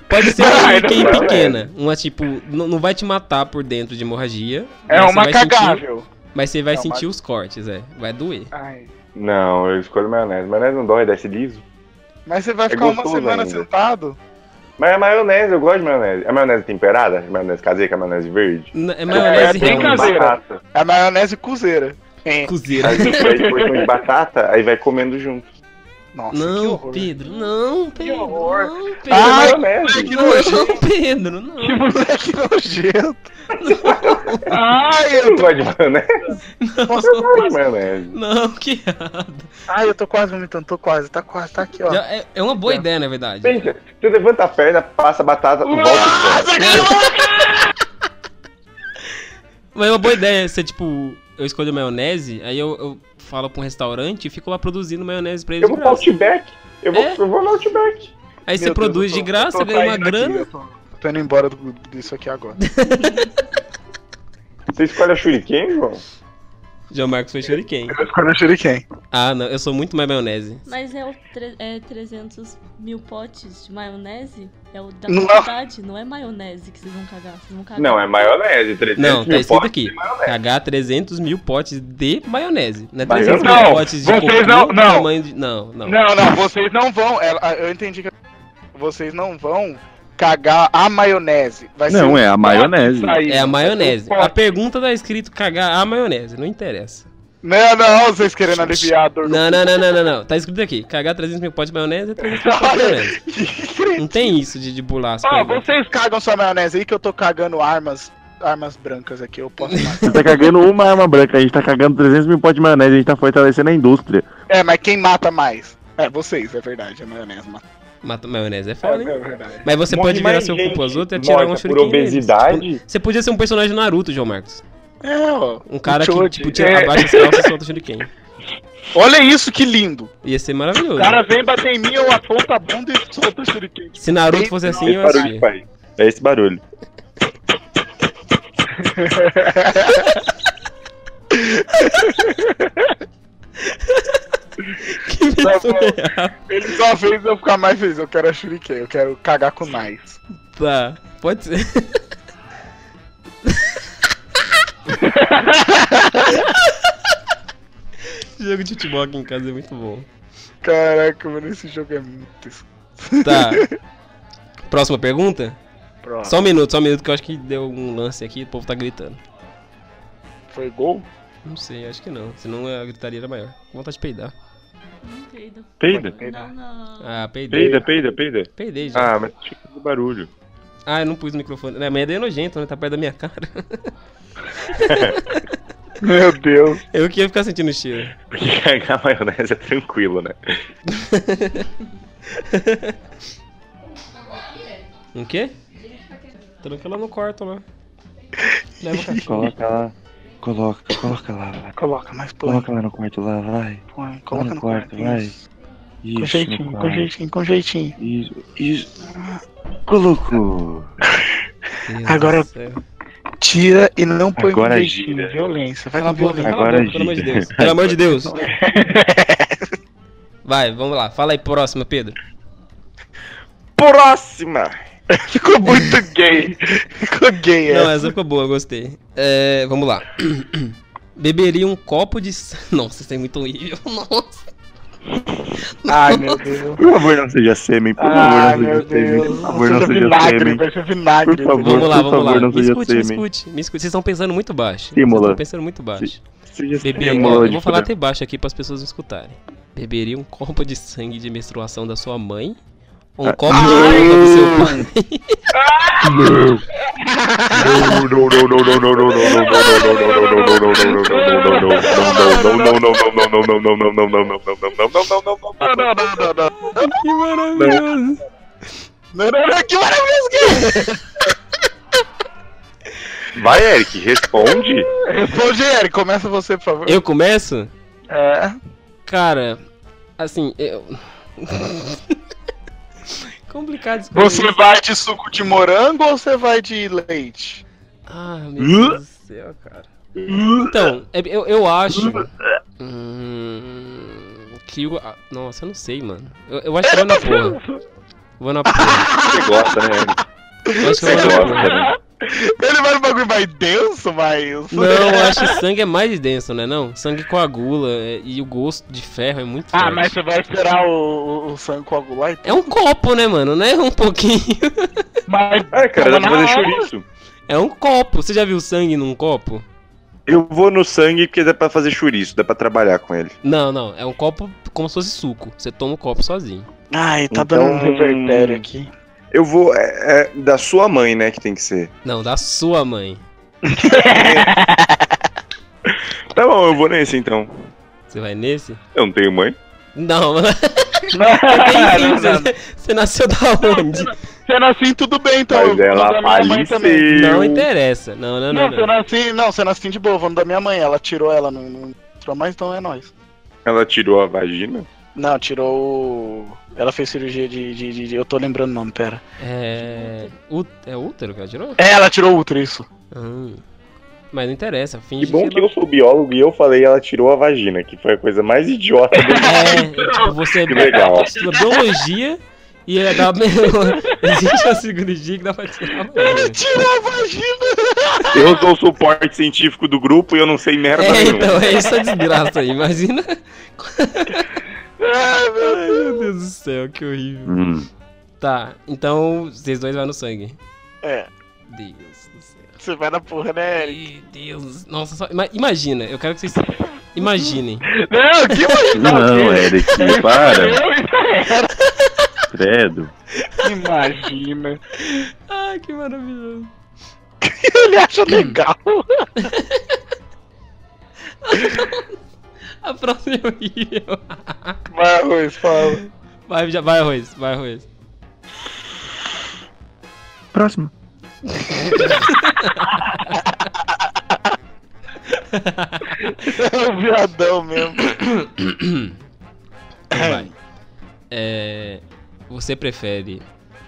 Speaker 1: Pode ser uma shuriken pequena. Uma tipo, não não vai te matar por dentro de hemorragia.
Speaker 3: É
Speaker 1: mas você
Speaker 3: uma
Speaker 1: vai sentir-
Speaker 3: cagável.
Speaker 1: mas você vai
Speaker 3: É uma-
Speaker 1: sentir os cortes, é. Vai doer.
Speaker 3: Ai.
Speaker 4: Não, eu escolho maionese. Maionese não dói, desce liso.
Speaker 3: Mas você vai ficar uma
Speaker 4: gostoso
Speaker 3: semana
Speaker 4: ainda.
Speaker 3: sentado?
Speaker 4: Mas é maionese, eu gosto de maionese. É maionese temperada? É maionese caseira, que é maionese verde?
Speaker 1: N- É maionese
Speaker 4: Eu pego
Speaker 3: bem
Speaker 4: um de
Speaker 1: realmente.
Speaker 3: caseira.
Speaker 4: batata.
Speaker 3: É a maionese cozeira.
Speaker 1: Cozeira.
Speaker 4: Aí você pede porção de batata, aí vai comendo junto.
Speaker 3: Nossa, que
Speaker 1: Não,
Speaker 3: horror.
Speaker 1: Pedro, não, Pedro.
Speaker 3: horror.
Speaker 1: Não, Pedro.
Speaker 7: Ah,
Speaker 4: É
Speaker 3: Ai,
Speaker 4: maionese.
Speaker 3: que
Speaker 1: não,
Speaker 3: nojento.
Speaker 1: não, Pedro, não.
Speaker 3: Que moleque nojento. Ai,
Speaker 4: Eu
Speaker 3: eu
Speaker 4: não gosto de maionese. Eu
Speaker 1: Não,
Speaker 4: gosto de maionese.
Speaker 1: não que errado.
Speaker 3: Ai, eu tô quase vomitando, tô quase, tá quase, tá aqui, ó.
Speaker 1: Já É, é uma boa ideia, na verdade.
Speaker 4: Pensa, você levanta a perna, passa a batata, volta e come.
Speaker 1: Mas é uma boa ideia ser tipo, eu escolho maionese, aí eu, eu falo pra um restaurante e fico lá produzindo maionese pra eles
Speaker 4: Eu
Speaker 1: de
Speaker 4: vou pro
Speaker 1: graça.
Speaker 4: Outback. Eu vou,
Speaker 1: É?
Speaker 4: eu vou no Outback.
Speaker 1: Aí você
Speaker 3: Meu Deus,
Speaker 1: produz
Speaker 3: eu tô-
Speaker 1: de graça,
Speaker 3: eu tô
Speaker 1: ganha uma
Speaker 3: saindo aqui,
Speaker 1: grana.
Speaker 3: eu tô, tô indo embora do- disso aqui agora.
Speaker 4: Você escolhe a shuriken, João?
Speaker 1: João Marcos foi shuriken.
Speaker 3: Eu escolho o Shuriken.
Speaker 1: Ah, não, eu sou muito mais maionese.
Speaker 8: Mas é o tre- é 300 mil potes de maionese? É o da
Speaker 3: Não.
Speaker 8: quantidade, não é maionese que vocês vão cagar. Vocês vão cagar.
Speaker 6: Não, é maionese, 300
Speaker 1: Não, tá
Speaker 6: mil
Speaker 1: escrito
Speaker 6: potes
Speaker 1: aqui.
Speaker 6: de maionese.
Speaker 1: Cagar 300 mil potes de maionese. Não é
Speaker 6: Maionese?
Speaker 1: 300 mil
Speaker 3: Não,
Speaker 1: potes de
Speaker 3: vocês
Speaker 1: cocô,
Speaker 3: não-
Speaker 1: do
Speaker 3: não.
Speaker 1: tamanho de... Não, não.
Speaker 6: é
Speaker 3: Não, não, vocês não vão. ela- a- Eu entendi que vocês não vão cagar a maionese. Vai ser
Speaker 4: Não,
Speaker 3: um
Speaker 4: é a maionese.
Speaker 3: pote saindo.
Speaker 1: É a maionese.
Speaker 3: Um
Speaker 1: A
Speaker 3: pote.
Speaker 1: pergunta tá escrito cagar a maionese, não interessa.
Speaker 3: Não, não, vocês querendo aliviar a dor.
Speaker 1: Não, não, não, não, não, não. Tá escrito aqui. Cagar 300 mil potes de maionese é 300 mil potes de maionese. Não tem isso de, de bular as
Speaker 3: Ó,
Speaker 6: Ah,
Speaker 1: perguntas.
Speaker 3: vocês cagam sua maionese aí que eu tô cagando armas, armas brancas aqui, eu posso matar.
Speaker 4: Você tá cagando uma arma branca, a gente tá cagando 300 mil potes de maionese, a gente tá fortalecendo a indústria.
Speaker 3: é, mas quem mata mais? É, vocês, é verdade, é maionese. mata.
Speaker 1: Mata maionese é
Speaker 3: É,
Speaker 1: foda, hein?
Speaker 3: é verdade.
Speaker 1: Mas você
Speaker 6: Morre
Speaker 1: pode virar
Speaker 6: mais
Speaker 1: seu
Speaker 6: gente
Speaker 1: cu pros outros e atirar
Speaker 6: morta
Speaker 1: um
Speaker 6: por
Speaker 1: shuriken neles.
Speaker 6: obesidade?
Speaker 1: Tipo, Você podia ser um personagem do Naruto, João Marcos.
Speaker 3: É, ó.
Speaker 1: Um cara que,
Speaker 3: Choji.
Speaker 1: tipo, tira,
Speaker 3: É.
Speaker 1: abaixa as calças e solta o shuriken.
Speaker 3: Olha isso, que lindo.
Speaker 1: Ia ser maravilhoso.
Speaker 3: O cara vem bater em mim, eu aponto a bunda e solto o shuriken.
Speaker 1: Se Naruto fosse assim,
Speaker 4: Esse
Speaker 1: eu
Speaker 4: barulho que
Speaker 1: assistia.
Speaker 4: faz. É esse barulho.
Speaker 1: Que
Speaker 3: Tá
Speaker 1: pessoa
Speaker 3: bom.
Speaker 1: real.
Speaker 3: Ele só fez eu ficar mais feliz. Eu quero a Shuriken, eu quero cagar com mais.
Speaker 1: Tá, pode ser. Jogo de futebol aqui em casa é muito bom.
Speaker 3: Caraca, mano, esse jogo é muito es-
Speaker 1: Tá. Próxima pergunta?
Speaker 3: Pronto.
Speaker 1: Só um minuto, só um minuto que eu acho que deu um lance aqui, o povo tá gritando.
Speaker 3: Foi gol?
Speaker 1: Não sei, acho que não. Senão a gritaria era maior. Com vontade de peidar.
Speaker 8: Não, querido.
Speaker 4: Peida.
Speaker 8: Não, não.
Speaker 1: Ah, peidei.
Speaker 4: Peida, peida, peida.
Speaker 1: Peidei já.
Speaker 4: Ah, mas tinha que fazer barulho.
Speaker 1: Ah, eu não pus o microfone. Não, mas é nojento, né? Tá perto da minha cara.
Speaker 3: Meu Deus.
Speaker 1: Eu que ia ficar sentindo o cheiro.
Speaker 4: Porque cagar maionese é tranquilo, né?
Speaker 1: Um quê? Tranca lá no quarto lá. Leva cá.
Speaker 4: Coloca lá. Coloca, coloca lá, vai.
Speaker 3: Coloca, mais põe,
Speaker 4: Coloca lá no quarto lá, vai.
Speaker 3: põe.
Speaker 4: Lá
Speaker 3: Coloca
Speaker 4: no
Speaker 3: no
Speaker 4: quarto,
Speaker 3: quarto.
Speaker 4: vai.
Speaker 3: isso. Com
Speaker 4: Isso, no
Speaker 3: jeitinho, com
Speaker 4: quarto.
Speaker 3: jeitinho, com jeitinho.
Speaker 4: Isso, isso. Colocou.
Speaker 1: Deus
Speaker 3: Agora-
Speaker 1: do céu.
Speaker 3: Tira e não põe
Speaker 4: Agora
Speaker 3: com jeitinho.
Speaker 4: gira.
Speaker 3: Violência, vai
Speaker 1: Cala a
Speaker 3: com
Speaker 1: boca,
Speaker 3: violência.
Speaker 1: cala a boca,
Speaker 4: Agora
Speaker 1: pelo amor de
Speaker 4: gira.
Speaker 1: Deus. Pelo amor de Deus. Vai, vamos lá. Fala aí, próxima, Pedro.
Speaker 4: Próxima!
Speaker 3: Ficou muito gay. Ficou gay, é.
Speaker 1: Não, essa ficou boa, eu gostei. É, vamos lá. Beberia um copo de. sa- Nossa, isso é muito horrível. Nossa.
Speaker 3: Ai, meu Deus.
Speaker 4: Por favor, não seja sêmen. Por
Speaker 3: Ai,
Speaker 4: favor, não
Speaker 3: Ah,
Speaker 4: seja
Speaker 3: meu
Speaker 4: sêmen.
Speaker 3: Deus.
Speaker 4: Por favor,
Speaker 3: Vai
Speaker 4: não
Speaker 3: ser
Speaker 4: seja
Speaker 3: vinagre,
Speaker 4: sêmen.
Speaker 3: vai ser vinagre.
Speaker 4: Por favor.
Speaker 1: Vamos lá,
Speaker 4: por
Speaker 1: vamos
Speaker 4: favor,
Speaker 1: lá.
Speaker 4: não
Speaker 1: Me
Speaker 4: seja
Speaker 1: escute, me
Speaker 4: sêmen.
Speaker 1: escute, me escute. Vocês estão pensando muito baixo. Vocês
Speaker 4: Estímula.
Speaker 1: estão pensando muito baixo.
Speaker 4: Seja
Speaker 1: Beberia, um
Speaker 4: sêmen, né?
Speaker 1: eu
Speaker 4: de
Speaker 1: vou falar
Speaker 4: puta.
Speaker 1: até baixo aqui para as pessoas não escutarem. Beberia um copo de sangue de menstruação da sua mãe? Um
Speaker 4: Ah,
Speaker 1: copo de sangue do seu pai?
Speaker 3: Não, não, não, não, não.
Speaker 1: Que maravilhoso!
Speaker 3: Não, não, não, que maravilhoso gay.
Speaker 4: Vai, Eric, responde.
Speaker 3: Responde, Eric, começa você, por favor.
Speaker 1: Eu começo?
Speaker 3: É.
Speaker 1: Cara, assim, eu. Complicado isso.
Speaker 3: Você vai de suco de morango ou você vai de leite?
Speaker 1: Ah, meu Deus do céu, cara. Então, é- eu, eu acho. Hum, que o. ah, Nossa, eu não sei, mano. Eu, eu acho que eu vou na porra. Vou na porra.
Speaker 4: Você gosta, né, Eric?
Speaker 1: Eu acho que eu
Speaker 4: Você
Speaker 1: vou na porra.
Speaker 4: gosta, né?
Speaker 3: Ele vai no bagulho mais denso, mas.
Speaker 1: Não, eu acho que sangue é mais denso, né? Não, sangue coagula é, e o gosto de ferro é muito
Speaker 3: Ah,
Speaker 1: forte.
Speaker 3: mas você vai esperar o, o- o sangue coagular e
Speaker 1: É um copo, né, mano? Não é um pouquinho.
Speaker 3: Mas.
Speaker 4: Ah, cara, dá pra fazer
Speaker 3: Na hora.
Speaker 4: chouriço.
Speaker 1: É um copo. Você já viu sangue num copo?
Speaker 4: Eu vou no sangue porque dá pra fazer chouriço, dá pra trabalhar com ele.
Speaker 1: Não, não. É um copo como se fosse suco. Você toma o copo sozinho.
Speaker 3: Ai, tá
Speaker 4: Então-
Speaker 3: dando um revertério aqui.
Speaker 4: Eu vou. É, é da sua mãe, né, que tem que ser.
Speaker 1: Não, da sua mãe.
Speaker 4: Tá bom, eu vou nesse então.
Speaker 1: Você vai nesse?
Speaker 4: Eu não tenho mãe.
Speaker 1: Não, mano.
Speaker 3: não, tá não, não.
Speaker 1: você, você nasceu da onde?
Speaker 3: Se eu nasci, tudo bem, então. eu
Speaker 4: Mas
Speaker 3: vou
Speaker 4: ela
Speaker 3: da minha mãe também.
Speaker 1: Não
Speaker 4: faleceu.
Speaker 1: interessa. Não, não,
Speaker 3: Não,
Speaker 1: não.
Speaker 3: se eu
Speaker 1: não.
Speaker 3: nasci. Não, se eu nasci de boa, vamos da minha mãe. Ela tirou ela, não, não tirou mais, então é nóis.
Speaker 4: Ela tirou a vagina?
Speaker 3: Não, tirou o. Ela fez cirurgia de, de- de- de- Eu tô lembrando o nome, pera.
Speaker 1: É. ú- É útero que ela tirou?
Speaker 3: É, ela tirou o útero, isso.
Speaker 1: Hum. Mas não interessa, finge
Speaker 6: Que bom
Speaker 1: que
Speaker 6: que eu sou biólogo e eu falei ela tirou a vagina, que foi a coisa mais idiota do mundo.
Speaker 1: É, tipo, você
Speaker 6: Que legal.
Speaker 1: estuda biologia e é da... existe a cirurgia que dá pra tirar a vagina.
Speaker 3: Tira a vagina!
Speaker 4: Eu sou o suporte científico do grupo e eu não sei merda
Speaker 1: É,
Speaker 4: nenhuma.
Speaker 1: então, é essa desgraça aí, imagina.
Speaker 3: Ai, É, meu
Speaker 1: Ai, meu Deus do céu, que horrível.
Speaker 4: Hum.
Speaker 1: Tá, então vocês dois vai no sangue.
Speaker 3: É.
Speaker 1: Deus do céu.
Speaker 3: Você vai na porra, né,
Speaker 1: Ai,
Speaker 3: Eric?
Speaker 1: Deus. Nossa, só... ima- imagina, eu quero que vocês imaginem.
Speaker 3: Não, que
Speaker 4: Não, Eric, para.
Speaker 3: é
Speaker 4: Credo.
Speaker 3: Imagina.
Speaker 1: Ai, que maravilhoso.
Speaker 3: Ele acha legal.
Speaker 1: A próxima é horrível.
Speaker 3: Vai, Ruiz, fala.
Speaker 1: Vai, já, vai, Arroz, vai, Arroz.
Speaker 5: Próximo.
Speaker 3: É um viadão mesmo.
Speaker 1: Vai. É, você prefere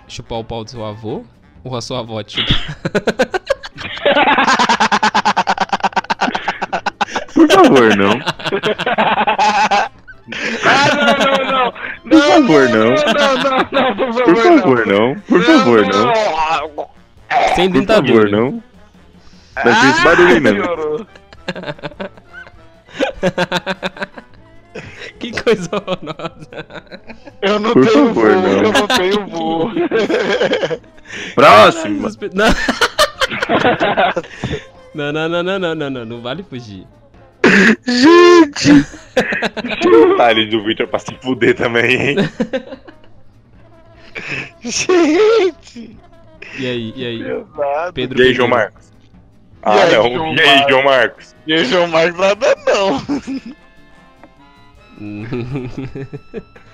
Speaker 1: chupar o pau do seu avô ou a sua avó tipo, te chupar?
Speaker 4: Por favor, não.
Speaker 3: Ah, não, não, não.
Speaker 4: Por favor, não.
Speaker 3: Não, não, não, por favor,
Speaker 4: Por favor, não. Por favor, não.
Speaker 3: não.
Speaker 1: Sem
Speaker 4: Por favor,
Speaker 1: dentadura.
Speaker 4: não. Mas fez barulho aí mesmo.
Speaker 1: Que coisa horrorosa.
Speaker 3: Eu não
Speaker 4: Por
Speaker 3: tenho
Speaker 4: favor,
Speaker 3: voo,
Speaker 4: não.
Speaker 3: eu não tenho voo.
Speaker 4: Próximo.
Speaker 1: Não, não, não, não, não, não, não, não vale fugir.
Speaker 4: Detalhe do Victor pra se fuder também, hein?
Speaker 3: Gente!
Speaker 1: E aí, e aí?
Speaker 3: Pesado.
Speaker 1: Pedro.
Speaker 4: E aí, João
Speaker 1: Pedro.
Speaker 4: Marcos? Ah,
Speaker 3: aí,
Speaker 4: não.
Speaker 3: João
Speaker 4: E aí, João Marcos?
Speaker 3: João Marcos nada não.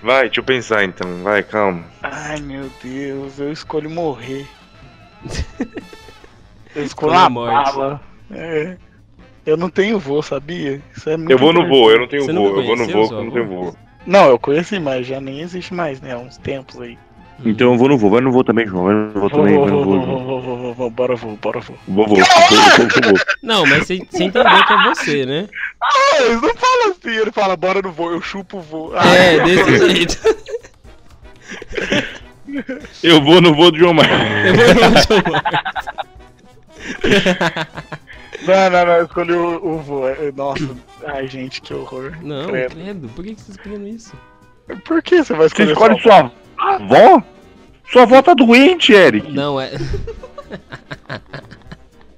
Speaker 4: Vai, deixa eu pensar então. Vai, calma.
Speaker 3: Ai meu Deus, eu escolho morrer. Eu escolho
Speaker 1: Escolha
Speaker 3: a
Speaker 1: a morte.
Speaker 3: bala. É. Eu não tenho voo, sabia? Isso é muito
Speaker 4: Eu vou no
Speaker 3: importante.
Speaker 4: voo, eu não tenho
Speaker 1: Você
Speaker 4: voo.
Speaker 1: nunca
Speaker 4: Eu vou no
Speaker 1: conheceu
Speaker 4: voo,
Speaker 1: sua
Speaker 4: eu não
Speaker 1: avó?
Speaker 4: tenho voo.
Speaker 3: Não, eu conheci, mas já nem existe mais, né? Há uns tempos aí.
Speaker 4: Então eu vou no voo. Vai no voo também, João. Vai no voo também. Vai no
Speaker 3: vou,
Speaker 4: voo.
Speaker 3: vou, vou, vou, vou, vou, vou, bora vou, bora vou.
Speaker 4: Vou, vou, vou, vou, vou, vou.
Speaker 1: Não, mas você você entendeu que é você, né?
Speaker 3: Ah, eles não falam assim, ele fala bora no voo, eu chupo o voo. Ah,
Speaker 1: É, desse jeito.
Speaker 4: Eu vou no voo do João Marcos.
Speaker 1: Eu vou no João Marcos.
Speaker 3: Não, não, não, eu escolhi o, o voo. Eu- Nossa, ai gente, que horror.
Speaker 1: Não,
Speaker 3: Credo.
Speaker 1: credo, por que que vocês escolhendo isso?
Speaker 3: Por que você vai
Speaker 4: Você
Speaker 3: escolher?
Speaker 4: escolhe
Speaker 3: só-
Speaker 4: sua avó? Sua avó tá doente, Eric.
Speaker 1: Não, é.
Speaker 4: tá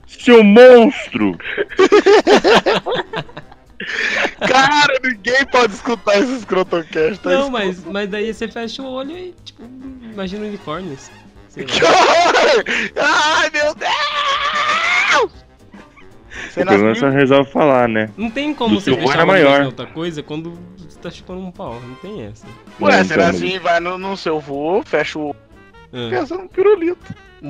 Speaker 4: Seu monstro.
Speaker 3: um? Cara, ninguém pode escutar esse escrotocast. Tá
Speaker 1: Não, mas, mas daí você fecha o olho e, tipo, imagina unicórnios. Sei lá.
Speaker 3: Que horror! Ai, meu Deus! Você
Speaker 4: O problema só
Speaker 3: nasceu...
Speaker 4: resolve falar, né?
Speaker 1: Não tem como
Speaker 4: Do
Speaker 1: você
Speaker 4: seu olho
Speaker 1: fechar
Speaker 4: é
Speaker 1: o olho e
Speaker 4: maior.
Speaker 1: imaginar outra coisa quando você tá chupando um pau. Não tem essa.
Speaker 3: Ué,
Speaker 4: Não,
Speaker 3: será
Speaker 4: então,
Speaker 3: assim? Vai no, no seu voo, fecha o.
Speaker 1: Ah.
Speaker 3: Pensa num pirulito. Um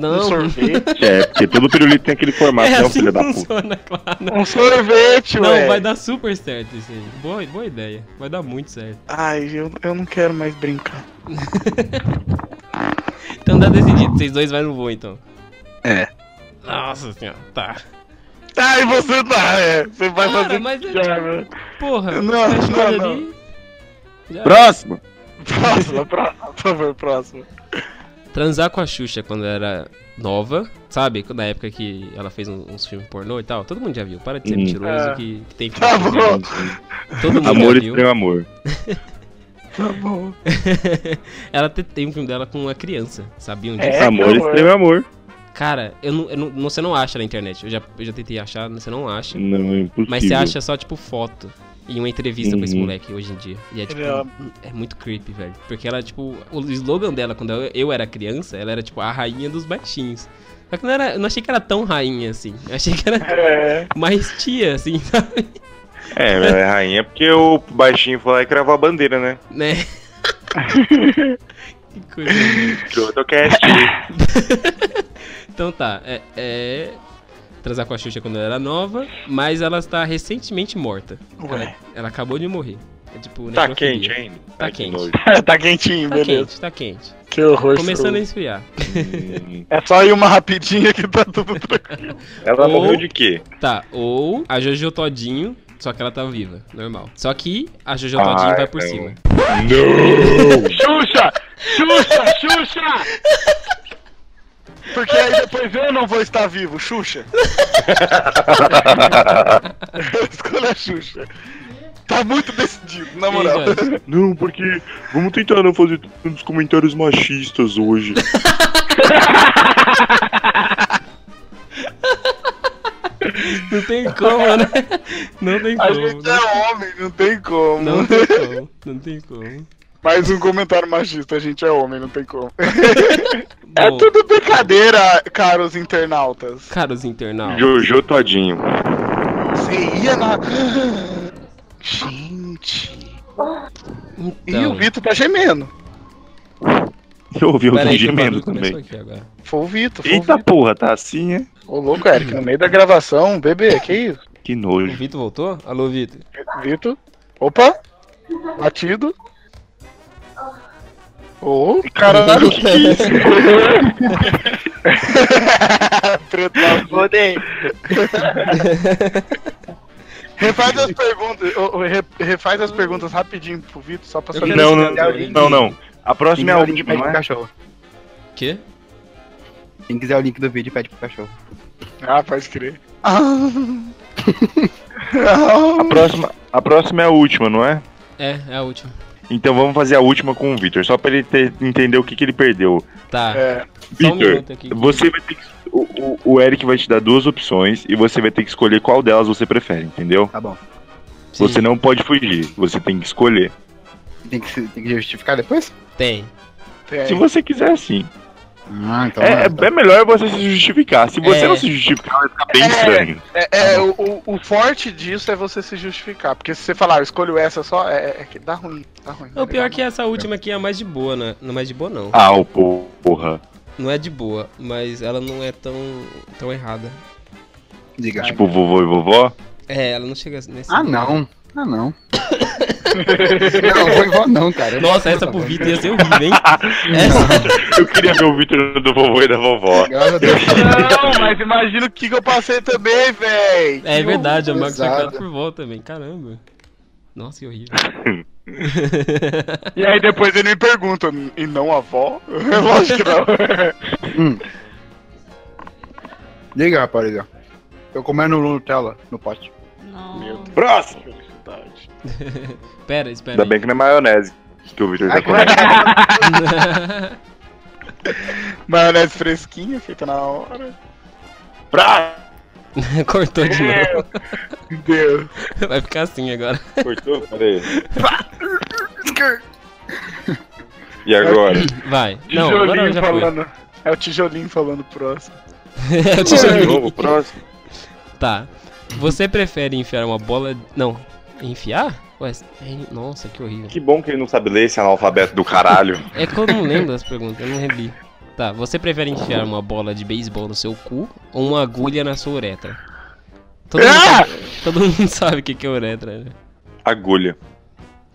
Speaker 1: Não,
Speaker 3: sorvete.
Speaker 4: É, porque todo pirulito tem aquele formato,
Speaker 1: é
Speaker 4: né, o
Speaker 1: assim
Speaker 4: filho
Speaker 1: que
Speaker 4: da puta.
Speaker 1: funciona, claro.
Speaker 3: Um sorvete,
Speaker 1: Não, é.
Speaker 3: ué.
Speaker 1: vai dar super certo isso aí. Boa, boa ideia. Vai dar muito certo.
Speaker 3: Ai, eu, eu não quero mais brincar.
Speaker 1: Então tá decidido. Vocês dois vai no voo, então.
Speaker 5: É.
Speaker 1: Nossa senhora, tá.
Speaker 3: Ai, você tá, é. Você vai
Speaker 1: Cara,
Speaker 3: fazer.
Speaker 1: mas é
Speaker 3: Já,
Speaker 1: tipo,
Speaker 3: né?
Speaker 1: porra,
Speaker 3: Não,
Speaker 1: fecha o
Speaker 3: não,
Speaker 1: olho
Speaker 3: não.
Speaker 1: ali. já era.
Speaker 4: Próximo.
Speaker 3: Próxima, próxima, por favor, próxima.
Speaker 1: Tá Transar com a Xuxa quando era nova, sabe? Na época que ela fez um- uns filmes pornô e tal. Todo mundo já viu. Para de ser
Speaker 4: Hum.
Speaker 1: mentiroso
Speaker 3: Ah.
Speaker 1: que, que tem filme
Speaker 3: Tá
Speaker 1: pornô.
Speaker 3: bom,
Speaker 1: Todo mundo
Speaker 4: Amor
Speaker 1: já viu.
Speaker 4: extremo amor.
Speaker 3: tá bom.
Speaker 1: ela te- tem um filme dela com uma criança, Um sabiam disso?
Speaker 3: É,
Speaker 4: amor
Speaker 3: que amor.
Speaker 4: extremo amor.
Speaker 1: Cara, eu não, eu não- você não acha na internet. Eu já, eu já tentei achar, você não acha.
Speaker 4: Não, é impossível.
Speaker 1: Mas você acha só, tipo, foto e uma entrevista com esse
Speaker 4: Uhum.
Speaker 1: moleque hoje em dia. E é, tipo,
Speaker 3: Ele é-
Speaker 1: é muito creepy, velho. Porque ela, tipo, o slogan dela quando eu, eu era criança, ela era, tipo, a rainha dos baixinhos. Só que não era, eu não achei que era tão rainha assim. Eu achei que era
Speaker 3: É.
Speaker 1: mais tia, assim, sabe?
Speaker 4: É, ela é rainha porque o baixinho foi lá e cravou a bandeira, né?
Speaker 1: Né? que coisa.
Speaker 4: Trotocast.
Speaker 1: Né, Então tá, é, é. Transar com a Xuxa quando ela era nova, mas ela está recentemente morta.
Speaker 3: Ué.
Speaker 1: Ela acabou de morrer. É tipo,
Speaker 4: Tá
Speaker 1: necrofilia.
Speaker 4: quente ainda?
Speaker 1: Tá
Speaker 4: Ai, que
Speaker 1: quente.
Speaker 4: nojo.
Speaker 3: tá quentinho,
Speaker 1: Tá
Speaker 3: beleza.
Speaker 1: quente, tá quente.
Speaker 3: Que horror.
Speaker 1: Começando a
Speaker 3: isso.
Speaker 1: esfriar.
Speaker 4: Hum,
Speaker 3: É só ir uma rapidinha que tá tudo tranquilo.
Speaker 4: Ela
Speaker 1: Ou-
Speaker 4: morreu de quê?
Speaker 1: Tá, ou a Jojo Todinho, só que ela tá viva, normal. Só que a Jojo
Speaker 4: Ah,
Speaker 1: Todinho
Speaker 3: é
Speaker 1: vai por
Speaker 4: não.
Speaker 1: cima.
Speaker 4: Não!
Speaker 3: Xuxa! Xuxa! Xuxa! Porque aí depois eu não vou estar vivo, Xuxa. Eu escolho a Xuxa. Tá muito decidido, na
Speaker 1: E aí,
Speaker 3: moral.
Speaker 1: Jorge?
Speaker 4: Não, porque vamos tentar não fazer tantos comentários machistas hoje.
Speaker 1: Não tem como, né? Não tem
Speaker 3: A
Speaker 1: como. né?
Speaker 3: gente é homem, não tem como.
Speaker 1: Não, não tem como, não tem como.
Speaker 3: Mais um comentário machista, a gente é homem, não tem como. É
Speaker 1: Bom,
Speaker 3: tudo brincadeira, caros internautas.
Speaker 1: caros internautas.
Speaker 4: Jojo Todinho.
Speaker 3: Você ia na. Gente. E o
Speaker 1: Então,
Speaker 3: Vitor tá gemendo.
Speaker 4: Eu ouvi
Speaker 1: peraí
Speaker 4: alguém
Speaker 1: que o
Speaker 4: gemendo
Speaker 1: barulho começou
Speaker 4: também.
Speaker 1: aqui agora.
Speaker 3: Foi o Vitor, foi o
Speaker 4: Eita
Speaker 3: Vitor.
Speaker 4: porra, tá assim, é?
Speaker 3: Ô louco, Eric, no meio da gravação, bebê, que isso?
Speaker 4: Que
Speaker 1: O
Speaker 4: nojo.
Speaker 1: Vitor voltou? Alô, Vitor.
Speaker 3: Vitor. Opa! Batido. Ô, caralho, que isso? Tretado.
Speaker 5: Odeio.
Speaker 3: Refaz as perguntas, ô, ô, re- refaz as perguntas rapidinho pro Vitor, só pra
Speaker 1: Eu
Speaker 3: saber.
Speaker 1: quero-
Speaker 4: Não,
Speaker 5: é
Speaker 4: não, não, não. A
Speaker 5: Quem
Speaker 4: próxima é
Speaker 5: quiser
Speaker 4: a
Speaker 5: o link, é?
Speaker 4: última,
Speaker 5: pede
Speaker 4: não
Speaker 5: pro
Speaker 4: é?
Speaker 5: cachorro.
Speaker 1: Quê?
Speaker 5: Quem quiser o link do vídeo, pede pro cachorro.
Speaker 3: Ah, pode crer. Ah.
Speaker 4: A próxima, a próxima é a última, não é?
Speaker 1: É, é a última.
Speaker 4: Então vamos fazer a última com o Victor, só pra ele ter- entender o que, que ele perdeu.
Speaker 1: Tá,
Speaker 3: É,
Speaker 1: só um
Speaker 4: Vitor,
Speaker 1: minuto aqui.
Speaker 4: você vai ter que. O, o- o Eric vai te dar duas opções e você vai ter que escolher qual delas você prefere, entendeu?
Speaker 5: Tá bom.
Speaker 1: Sim,
Speaker 4: Você não pode fugir, você tem que escolher.
Speaker 5: Tem que, se- tem que justificar depois?
Speaker 1: Tem.
Speaker 3: tem.
Speaker 4: Se você quiser, sim.
Speaker 5: Ah, É. então.
Speaker 4: É, é-
Speaker 5: não, tá.
Speaker 4: é melhor você se justificar. Se você
Speaker 1: É.
Speaker 4: não se justificar, vai ficar bem
Speaker 3: É.
Speaker 4: estranho.
Speaker 3: É, é, o, o- o forte disso é você se justificar. Porque se você falar, "Ah, eu escolho essa só, é, é- é que dá ruim. Dá ruim
Speaker 1: O pior é que essa última aqui é a mais de boa, né? Não é mais de boa, não.
Speaker 4: Ah, o porra.
Speaker 1: Não é de boa, mas ela não é tão, tão errada.
Speaker 5: Diga.
Speaker 4: Tipo, vovô e vovó.
Speaker 1: É, ela não chega nesse.
Speaker 5: Ah, não. Ah, não. não, vou igual não, cara.
Speaker 1: Nossa, essa pro Vitor ia ser horrível, hein?
Speaker 4: Eu queria ver o Victor do vovô e da vovó.
Speaker 5: Graças a Deus.
Speaker 3: Não, mas imagina o que, que eu passei também, véi.
Speaker 1: É verdade, a Max
Speaker 5: Pesado.
Speaker 1: foi por volta também, caramba. Nossa, que horrível.
Speaker 3: E aí depois ele me pergunta, e não a avó? Lógico que não.
Speaker 5: Diga, rapaziada. Tô comendo Nutella no pote.
Speaker 8: Não.
Speaker 4: Próximo!
Speaker 1: Pera, espera
Speaker 4: Ainda
Speaker 1: aí.
Speaker 4: bem que não é maionese que o Victor tá
Speaker 5: Ai,
Speaker 4: comendo.
Speaker 3: Maionese fresquinha, feita na hora.
Speaker 4: Pra...
Speaker 1: Cortou de
Speaker 5: É.
Speaker 1: novo.
Speaker 3: Meu Deus.
Speaker 1: Vai ficar assim agora.
Speaker 4: Cortou? Peraí. E agora?
Speaker 1: Vai. Não, agora
Speaker 3: Tijolinho
Speaker 1: já foi.
Speaker 3: falando. É o tijolinho falando próximo.
Speaker 1: É o
Speaker 4: De
Speaker 1: tijolinho.
Speaker 4: novo, próximo.
Speaker 1: Tá. Você prefere enfiar uma bola. Não. Enfiar? Ué, é- nossa, que horrível.
Speaker 4: Que bom que ele não sabe ler esse analfabeto do caralho.
Speaker 1: É que eu não lembro as perguntas, eu não revi. Tá, você prefere enfiar uma bola de beisebol no seu cu ou uma agulha na sua uretra? Todo, mundo,
Speaker 3: Ah!
Speaker 1: sabe, todo mundo sabe o que que é uretra, né?
Speaker 4: Agulha.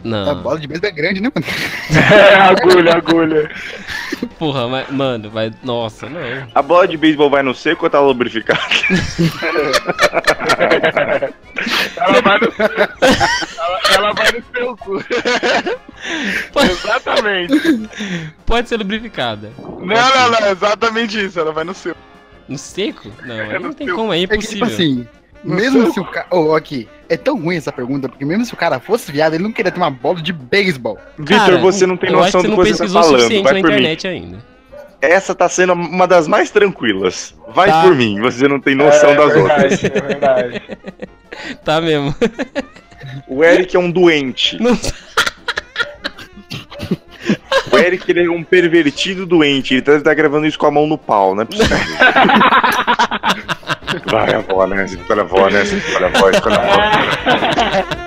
Speaker 4: Tá
Speaker 5: A
Speaker 1: Não.
Speaker 5: bola de beisebol é grande, né, mano?
Speaker 3: É, agulha, agulha.
Speaker 1: Porra, mas, mano, vai. Nossa, não.
Speaker 4: A bola de beisebol vai no seco ou tá lubrificada?
Speaker 3: Ela vai no, ela, ela vai no seu cu. Exatamente.
Speaker 1: Pode ser lubrificada.
Speaker 3: Não, não, não, exatamente isso, ela vai no seu.
Speaker 1: No seco? Não, aí
Speaker 3: Eu
Speaker 1: não
Speaker 3: não
Speaker 1: tem
Speaker 3: sei.
Speaker 1: como, é
Speaker 5: É que, tipo
Speaker 1: impossível.
Speaker 5: assim, mesmo se o cara. Ô, aqui, é tão ruim essa pergunta, porque mesmo se o cara fosse viado, ele não queria ter uma bola de beisebol.
Speaker 1: Cara,
Speaker 4: Victor, você não tem
Speaker 1: eu acho
Speaker 4: noção
Speaker 1: que você
Speaker 4: do
Speaker 1: não
Speaker 4: que você tá
Speaker 1: pesquisou o
Speaker 4: falando.
Speaker 1: suficiente na
Speaker 4: Vai por mim.
Speaker 1: internet ainda.
Speaker 4: Essa tá sendo uma das mais tranquilas. Vai
Speaker 1: Tá.
Speaker 4: por mim, você não tem noção
Speaker 3: É
Speaker 4: das
Speaker 3: verdade,
Speaker 4: outras.
Speaker 3: É verdade.
Speaker 1: Tá mesmo.
Speaker 4: O Eric é um doente.
Speaker 1: Não-
Speaker 4: O Eric ele é um pervertido doente. Ele tá, tá gravando isso com a mão no pau, né? Vai, avó, né? Escolha a avó, né? Escolha a avó, escolha a avó.